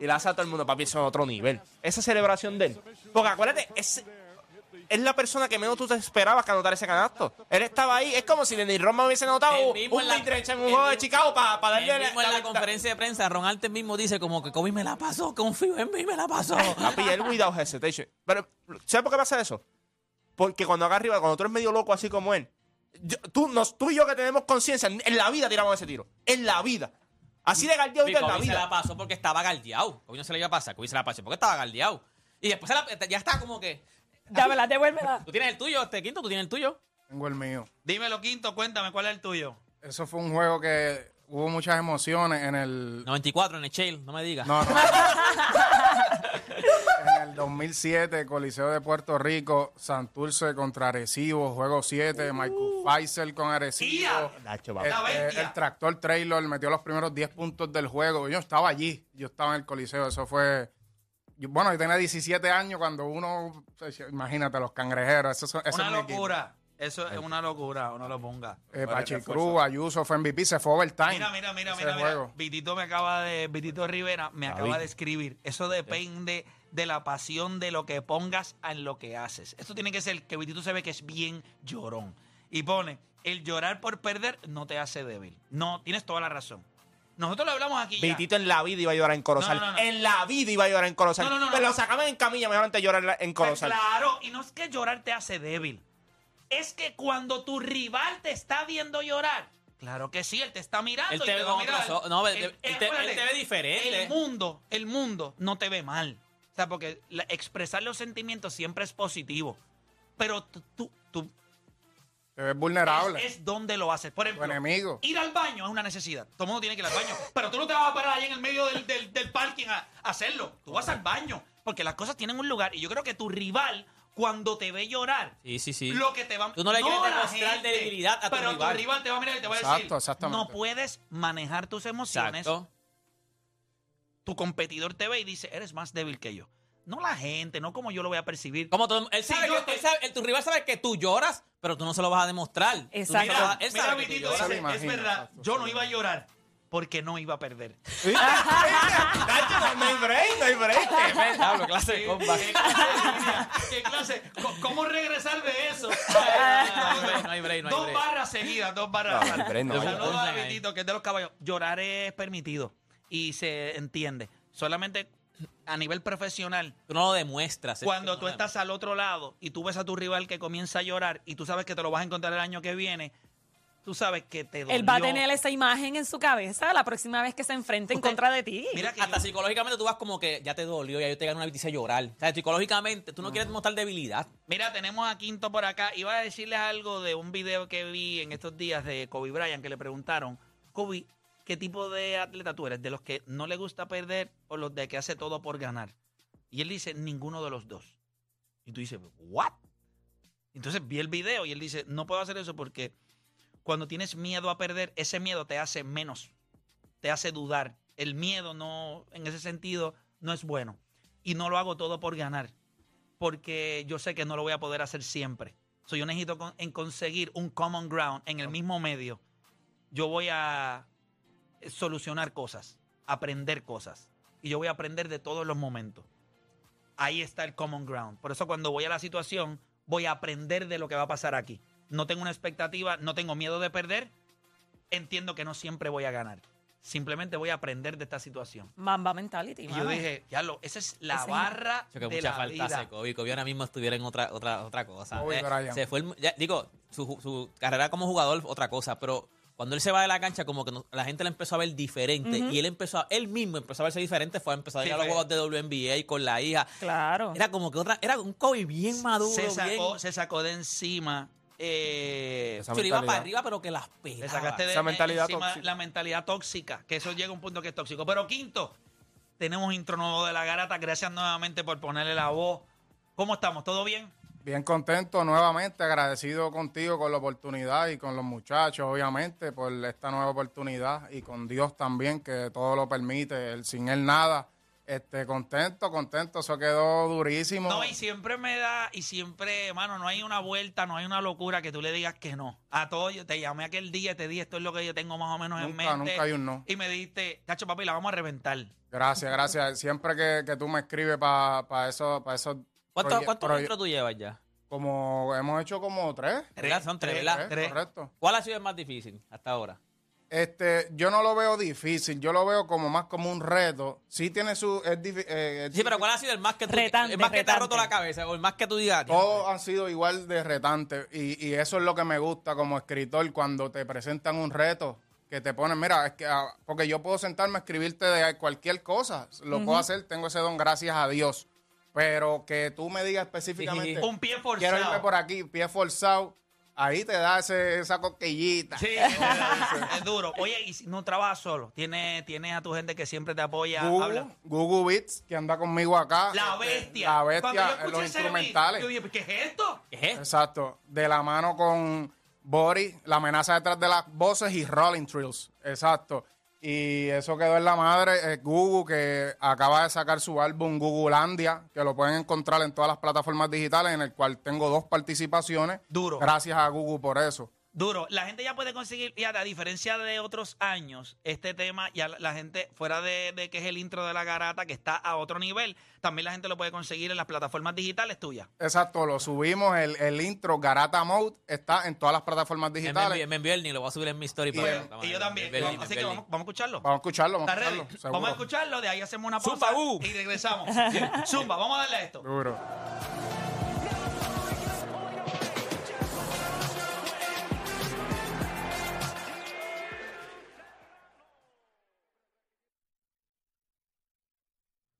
Speaker 6: Y la hace a todo el mundo, papi, eso es otro nivel. Esa celebración de él. Porque acuérdate, es, es la persona que menos tú te esperabas que anotara ese canasto. Él estaba ahí, es como si Lenny Roma hubiese anotado
Speaker 3: Él
Speaker 6: un
Speaker 3: mismo en la-
Speaker 6: mitrecha en un
Speaker 3: él
Speaker 6: juego de
Speaker 3: mismo-
Speaker 6: Chicago para
Speaker 3: Él
Speaker 6: darle
Speaker 3: mismo en la conferencia de prensa, Ron Artes mismo dice como que Kobe me la pasó, confío en mí, me la pasó.
Speaker 6: Papi, él without hesitation. Pero, ¿sabes por qué pasa eso? Porque cuando acá arriba, cuando tú eres medio loco así como él, yo- tú, nos, tú y yo que tenemos conciencia, en la vida tiramos ese tiro. En la vida. Así de galdeado
Speaker 3: Y
Speaker 6: ahorita en la
Speaker 3: Kobe se la
Speaker 6: vida.
Speaker 3: pasó porque estaba galdeado. Kobe no se la iba a pasar, Kobe se la pasó porque estaba galdeado. Y después se la- ya está como que,
Speaker 5: Dámela, devuélvela.
Speaker 3: tú tienes el tuyo, este quinto, tú tienes el tuyo.
Speaker 11: Tengo el mío.
Speaker 2: Dímelo, Quinto, cuéntame, ¿cuál es el tuyo?
Speaker 11: Eso fue un juego que hubo muchas emociones en el.
Speaker 3: 94 en el Shale, no me digas.
Speaker 11: No, no. en el 2007, Coliseo de Puerto Rico, Santurce contra Arecibo, juego 7, Michael Faisal con Arecibo.
Speaker 2: ¡Ia!
Speaker 6: Nacho,
Speaker 11: El,
Speaker 2: La bestia.
Speaker 11: el tractor trailer metió los primeros 10 puntos del juego. Yo estaba allí, yo estaba en el Coliseo. Eso fue. yo- bueno, yo tenía 17 años cuando uno. Imagínate, los cangrejeros. Eso, son- ese
Speaker 2: una
Speaker 11: es mi equipo.
Speaker 2: locura. Eso es una locura, uno lo ponga.
Speaker 11: Eh, Pachi Cruz, Ayuso fue MVP, se fue overtime.
Speaker 2: Mira, mira, mira,
Speaker 11: ese
Speaker 2: mira, mira.
Speaker 11: juego.
Speaker 2: Vitito me acaba de, Vitito Rivera me acaba de escribir. Eso depende de la pasión de lo que pongas en lo que haces. Esto tiene que ser que Vitito se ve que es bien llorón. Y pone, el llorar por perder no te hace débil. No, tienes toda la razón. Nosotros lo hablamos aquí. ya.
Speaker 6: Vitito en la vida iba a llorar en Corozal.
Speaker 2: No, no, no.
Speaker 6: En la vida iba a llorar en Corozal.
Speaker 2: No, no, no,
Speaker 6: Pero
Speaker 2: no.
Speaker 6: lo sacaban en camilla mejor antes de llorar en
Speaker 2: Pues
Speaker 6: Corozal.
Speaker 2: claro, y no es que llorar te hace débil. Es que cuando tu rival te está viendo llorar, claro que sí, él te está mirando.
Speaker 3: Él
Speaker 2: y
Speaker 3: te ve
Speaker 2: va a
Speaker 3: con otros
Speaker 2: mirar.
Speaker 3: ojos. No, él
Speaker 2: El-
Speaker 3: te- él te- él
Speaker 2: acuérdate,
Speaker 3: te ve diferente.
Speaker 2: El mundo, el mundo no te ve mal. O sea, porque la- expresar los sentimientos siempre es positivo. Pero tú, tú- tú-
Speaker 11: Te ves vulnerable.
Speaker 2: es, es donde lo haces. Por
Speaker 11: tu
Speaker 2: ejemplo,
Speaker 11: enemigo.
Speaker 2: ir al baño es una necesidad. Todo el mundo tiene que ir al baño. Pero tú no te vas a parar ahí en el medio del, del- del parking a, a hacerlo. Tú vas al baño. Porque las cosas tienen un lugar. Y yo creo que tu rival, cuando te ve llorar,
Speaker 3: Sí, sí, sí.
Speaker 2: lo que te va
Speaker 3: Tú no le quieres
Speaker 2: la
Speaker 3: demostrar
Speaker 2: gente,
Speaker 3: debilidad a tu
Speaker 2: pero
Speaker 3: rival.
Speaker 2: tu rival te va a mirar y te va a decir
Speaker 11: Exacto, exactamente.
Speaker 2: no puedes manejar tus emociones
Speaker 3: Exacto.
Speaker 2: tu competidor te ve y dice eres más débil que yo no la gente no como yo lo voy a percibir
Speaker 3: Como todo- él sabe
Speaker 2: Sí, yo
Speaker 3: que,
Speaker 2: te-
Speaker 3: él sabe- tu rival sabe que tú lloras, pero tú no se lo vas a demostrar. Tú no se
Speaker 5: Exacto.
Speaker 3: lo vas a-
Speaker 2: mira
Speaker 3: él
Speaker 2: mira
Speaker 3: sabe que tú
Speaker 2: Vitito
Speaker 11: Se lo
Speaker 3: lloras.
Speaker 2: dice es
Speaker 11: imagina,
Speaker 2: verdad
Speaker 11: exacto,
Speaker 2: yo
Speaker 11: se
Speaker 2: no
Speaker 11: lo
Speaker 2: iba a llorar porque no iba a perder
Speaker 6: Nacho, no- no hay break, no hay break.
Speaker 3: Diablo, clase de comba.
Speaker 2: ¿Qué clase de línea? ¿Qué clase? Co- ¿Cómo regresar de eso?
Speaker 3: no hay break, no hay
Speaker 2: dos
Speaker 3: break.
Speaker 2: barras seguidas, dos barras.
Speaker 6: No, no hay break, no hay break.
Speaker 2: Saludos a
Speaker 3: Ahí.
Speaker 2: Vitito, que es de los caballos. Llorar es permitido y se entiende. Solamente a nivel profesional,
Speaker 3: Tú no lo demuestras.
Speaker 2: cuando
Speaker 3: no
Speaker 2: tú
Speaker 3: lo
Speaker 2: estás al otro lado y tú ves a tu rival que comienza a llorar y tú sabes que te lo vas a encontrar el año que viene, tú sabes que te dolió.
Speaker 5: Él va a tener esa imagen en su cabeza la próxima vez que se enfrente en
Speaker 3: Usted-
Speaker 5: contra de ti.
Speaker 3: Mira, que hasta psicológicamente tú vas como que ya te dolió, ya yo te gané una noticia a llorar. O sea, psicológicamente tú no quieres mostrar debilidad.
Speaker 2: Mira, tenemos a Quinto por acá. Iba a decirles algo de un video que vi en estos días de Kobe Bryant que le preguntaron, Kobe, ¿qué tipo de atleta tú eres? ¿De los que no le gusta perder o los de que hace todo por ganar? Y él dice, ninguno de los dos. Y tú dices, ¿what? Entonces vi el video y él dice, no puedo hacer eso porque cuando tienes miedo a perder, ese miedo te hace menos, te hace dudar. El miedo no, en ese sentido, no es bueno. Y no lo hago todo por ganar porque yo sé que no lo voy a poder hacer siempre. So, yo necesito con- en conseguir un common ground en el mismo medio. Yo voy a eh, solucionar cosas, aprender cosas. Y yo voy a aprender de todos los momentos. Ahí está el common ground. Por eso cuando voy a la situación, voy a aprender de lo que va a pasar aquí. No tengo una expectativa, no tengo miedo de perder. Entiendo que no siempre voy a ganar. Simplemente voy a aprender de esta situación.
Speaker 5: Mamba mentality.
Speaker 2: Y yo
Speaker 5: mano.
Speaker 2: dije, ya lo, esa es la
Speaker 5: Ese es-
Speaker 2: barra
Speaker 3: Yo que
Speaker 2: de
Speaker 3: mucha
Speaker 2: la
Speaker 3: falta
Speaker 2: vida.
Speaker 3: hace Kobe. Kobe ahora mismo estuviera en otra, otra, otra cosa.
Speaker 11: Kobe
Speaker 3: Eh,
Speaker 11: Bryant.
Speaker 3: se fue el- ya, digo, su, su carrera como jugador, otra cosa, pero cuando él se va de la cancha, como que no- la gente le empezó a ver diferente.
Speaker 5: Ujú.
Speaker 3: Y él empezó a, él mismo empezó a verse diferente. Fue a empezar a ir
Speaker 2: Sí,
Speaker 3: a los
Speaker 2: fue.
Speaker 3: juegos de WNBA con la hija.
Speaker 5: Claro.
Speaker 3: Era como que otra, era un Kobe bien maduro,
Speaker 2: se
Speaker 3: bien.
Speaker 2: sacó, se sacó de encima. eh,
Speaker 6: Esa
Speaker 3: Yo le iba para
Speaker 6: mentalidad.
Speaker 3: arriba, pero que las pelaba.
Speaker 2: le sacaste de
Speaker 6: Esa mentalidad
Speaker 2: encima
Speaker 6: tóxica.
Speaker 2: la mentalidad tóxica, que eso llega a un punto que es tóxico. Pero quinto, tenemos intro nuevo de la garata. Gracias nuevamente por ponerle la voz. ¿Cómo estamos? ¿Todo bien?
Speaker 11: Bien contento nuevamente, agradecido contigo con la oportunidad y con los muchachos, obviamente, por esta nueva oportunidad y con Dios también, que todo lo permite, él- sin él nada. Este, contento, contento, eso quedó durísimo.
Speaker 2: No, y siempre me da, y siempre, hermano, no hay una vuelta, no hay una locura que tú le digas que no. A todo, yo te llamé aquel día y te dije, esto es lo que yo tengo más o menos en
Speaker 11: Nunca,
Speaker 2: mente.
Speaker 11: nunca hay un no.
Speaker 2: Y me dijiste, cacho papi, la vamos a reventar.
Speaker 11: Gracias, gracias. Siempre que, que tú me escribes para eso, para eso.
Speaker 3: ¿Cuánto-
Speaker 11: proye-
Speaker 3: ¿Cuántos
Speaker 11: proye-
Speaker 3: encuentros tú llevas ya?
Speaker 11: Como hemos hecho como tres.
Speaker 3: ¿Verdad? Son tres,
Speaker 2: tres,
Speaker 3: ¿verdad?
Speaker 11: tres,
Speaker 2: tres.
Speaker 11: correcto.
Speaker 3: ¿Cuál ha sido el más difícil hasta ahora?
Speaker 11: Este, yo no lo veo difícil, yo lo veo como más como un reto. Sí tiene su, es difi- eh, es
Speaker 3: Sí, pero ¿cuál ha sido el más que, tú,
Speaker 5: Retante,
Speaker 3: el más que te ha roto
Speaker 5: retante.
Speaker 3: la cabeza? O el más que tú digas.
Speaker 11: Todos han sido igual de retantes y, y eso es lo que me gusta como escritor cuando te presentan un reto que te ponen, mira, es que ah, porque yo puedo sentarme a escribirte de cualquier cosa, lo puedo hacer, tengo ese don gracias a Dios, pero que tú me digas específicamente,
Speaker 2: Un pie forzado.
Speaker 11: quiero irme por aquí, pie forzado, ahí te da ese- esa coquillita.
Speaker 2: Sí, es duro. Oye, y si no trabajas solo, tienes, tienes a tu gente que siempre te apoya.
Speaker 11: Gugu,
Speaker 2: habla.
Speaker 11: Gugu Beats, que anda conmigo acá.
Speaker 2: La
Speaker 11: Este,
Speaker 2: bestia.
Speaker 11: La
Speaker 2: Cuando yo
Speaker 11: bestia, los
Speaker 2: escuché ese beat,
Speaker 11: instrumentales.
Speaker 2: Yo dije, ¿qué es esto?
Speaker 3: ¿Qué es esto?
Speaker 11: Exacto. De la mano con Boris, la amenaza detrás de las voces y Rolling Trills. Exacto. Y eso quedó en la madre. Es Gugu, que acaba de sacar su álbum Gugulandia, que lo pueden encontrar en todas las plataformas digitales, en el cual tengo dos participaciones.
Speaker 2: Duro.
Speaker 11: Gracias a Gugu por eso.
Speaker 2: Duro. La gente ya puede conseguir, fíjate, a diferencia de otros años, este tema, ya la, la gente, fuera de, de que es el intro de la garata, que está a otro nivel, también la gente lo puede conseguir en las plataformas digitales tuyas.
Speaker 11: Exacto, lo subimos, el, el intro Garata Mode está en todas las plataformas
Speaker 3: Él me, envió,
Speaker 11: digitales.
Speaker 3: me envió el ni lo voy a subir en mi story. para
Speaker 11: Y-
Speaker 3: verlo. Toma,
Speaker 2: Pues, y yo
Speaker 3: me
Speaker 2: también.
Speaker 3: envió el link,
Speaker 2: Así
Speaker 3: me
Speaker 2: que
Speaker 3: envió el
Speaker 2: vamos,
Speaker 3: link.
Speaker 2: vamos a escucharlo.
Speaker 11: Vamos a escucharlo, vamos a
Speaker 2: ¿Está ready?
Speaker 11: escucharlo. seguro.
Speaker 2: Vamos a escucharlo, de ahí hacemos una pausa
Speaker 3: Zumba, uh.
Speaker 2: y regresamos. Zumba, vamos a darle a esto.
Speaker 11: Duro.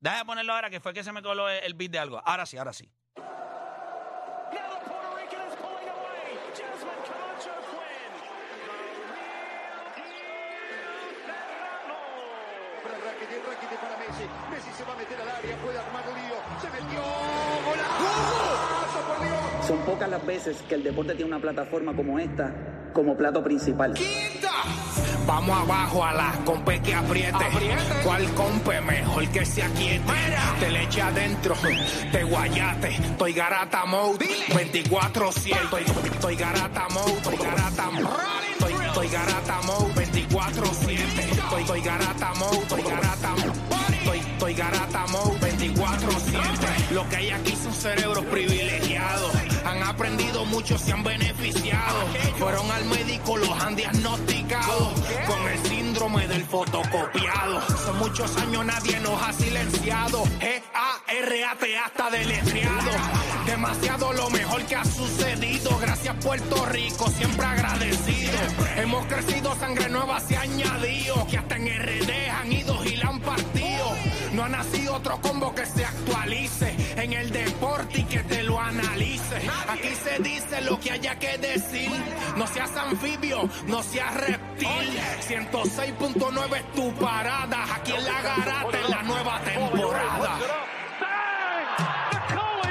Speaker 2: Déjame ponerlo ahora, que fue que se me coló el, el beat de algo. Ahora sí, ahora sí.
Speaker 10: Para Rakitic, Rakitic para Messi. Messi se va a meter al área, puede armar un lío. Se metió. ¡Golazo, por Dios!
Speaker 12: Son pocas las veces que el deporte tiene una plataforma como esta como plato principal.
Speaker 10: Vamos abajo a la compe que apriete. ¿Cuál compe mejor que se aquiete? Te le eche adentro, te guayate. Estoy garata mode, 24 7 Estoy, estoy garata mode, estoy garata mode. Estoy, estoy garata mode, 24 7 Estoy, estoy garata mode, estoy garata mode. Estoy, estoy garata mode, 24 7 Lo que hay aquí son cerebros privilegiados. Han aprendido mucho, se han beneficiado. Fueron al médico, los han diagnosticado con el síndrome del fotocopiado. Son muchos años nadie nos ha silenciado. G-A-R-A-T hasta deletreado. Demasiado lo mejor que ha sucedido. Gracias Puerto Rico, siempre agradecido. En Hemos crecido, sangre nueva se ha añadido. Que hasta en RD han ido y la han partido. No ha nacido otro combo que se actualice en el deporte y que te lo analice. Aquí se dice lo que haya que decir. No seas anfibio, no seas reptil. 106.9 es tu parada. Aquí en la garata, en la nueva temporada.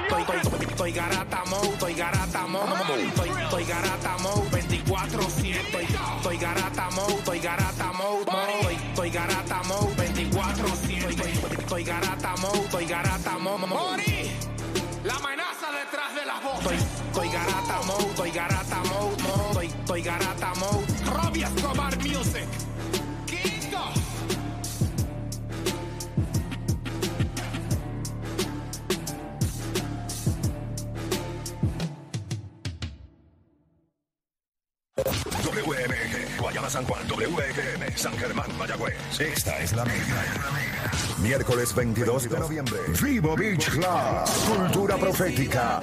Speaker 10: Estoy, estoy, estoy garata mode, estoy garata mode, estoy, estoy garata mode, 24 7 estoy, estoy garata mode, estoy garata mode, mode, estoy, estoy garata mode, 24 7 estoy, estoy garata mode, estoy garata mode, mode. La amenaza detrás de las voces. Estoy, estoy garata mode, estoy garata mode, mode, estoy, estoy garata mode. Robbie Escobar Music. Quinto.
Speaker 1: WMG, Guayama San Juan, WFM, San Germán, Mayagüez. Esta es la mega. Miércoles 22 de noviembre, Vivo Beach Club. Cultura profética.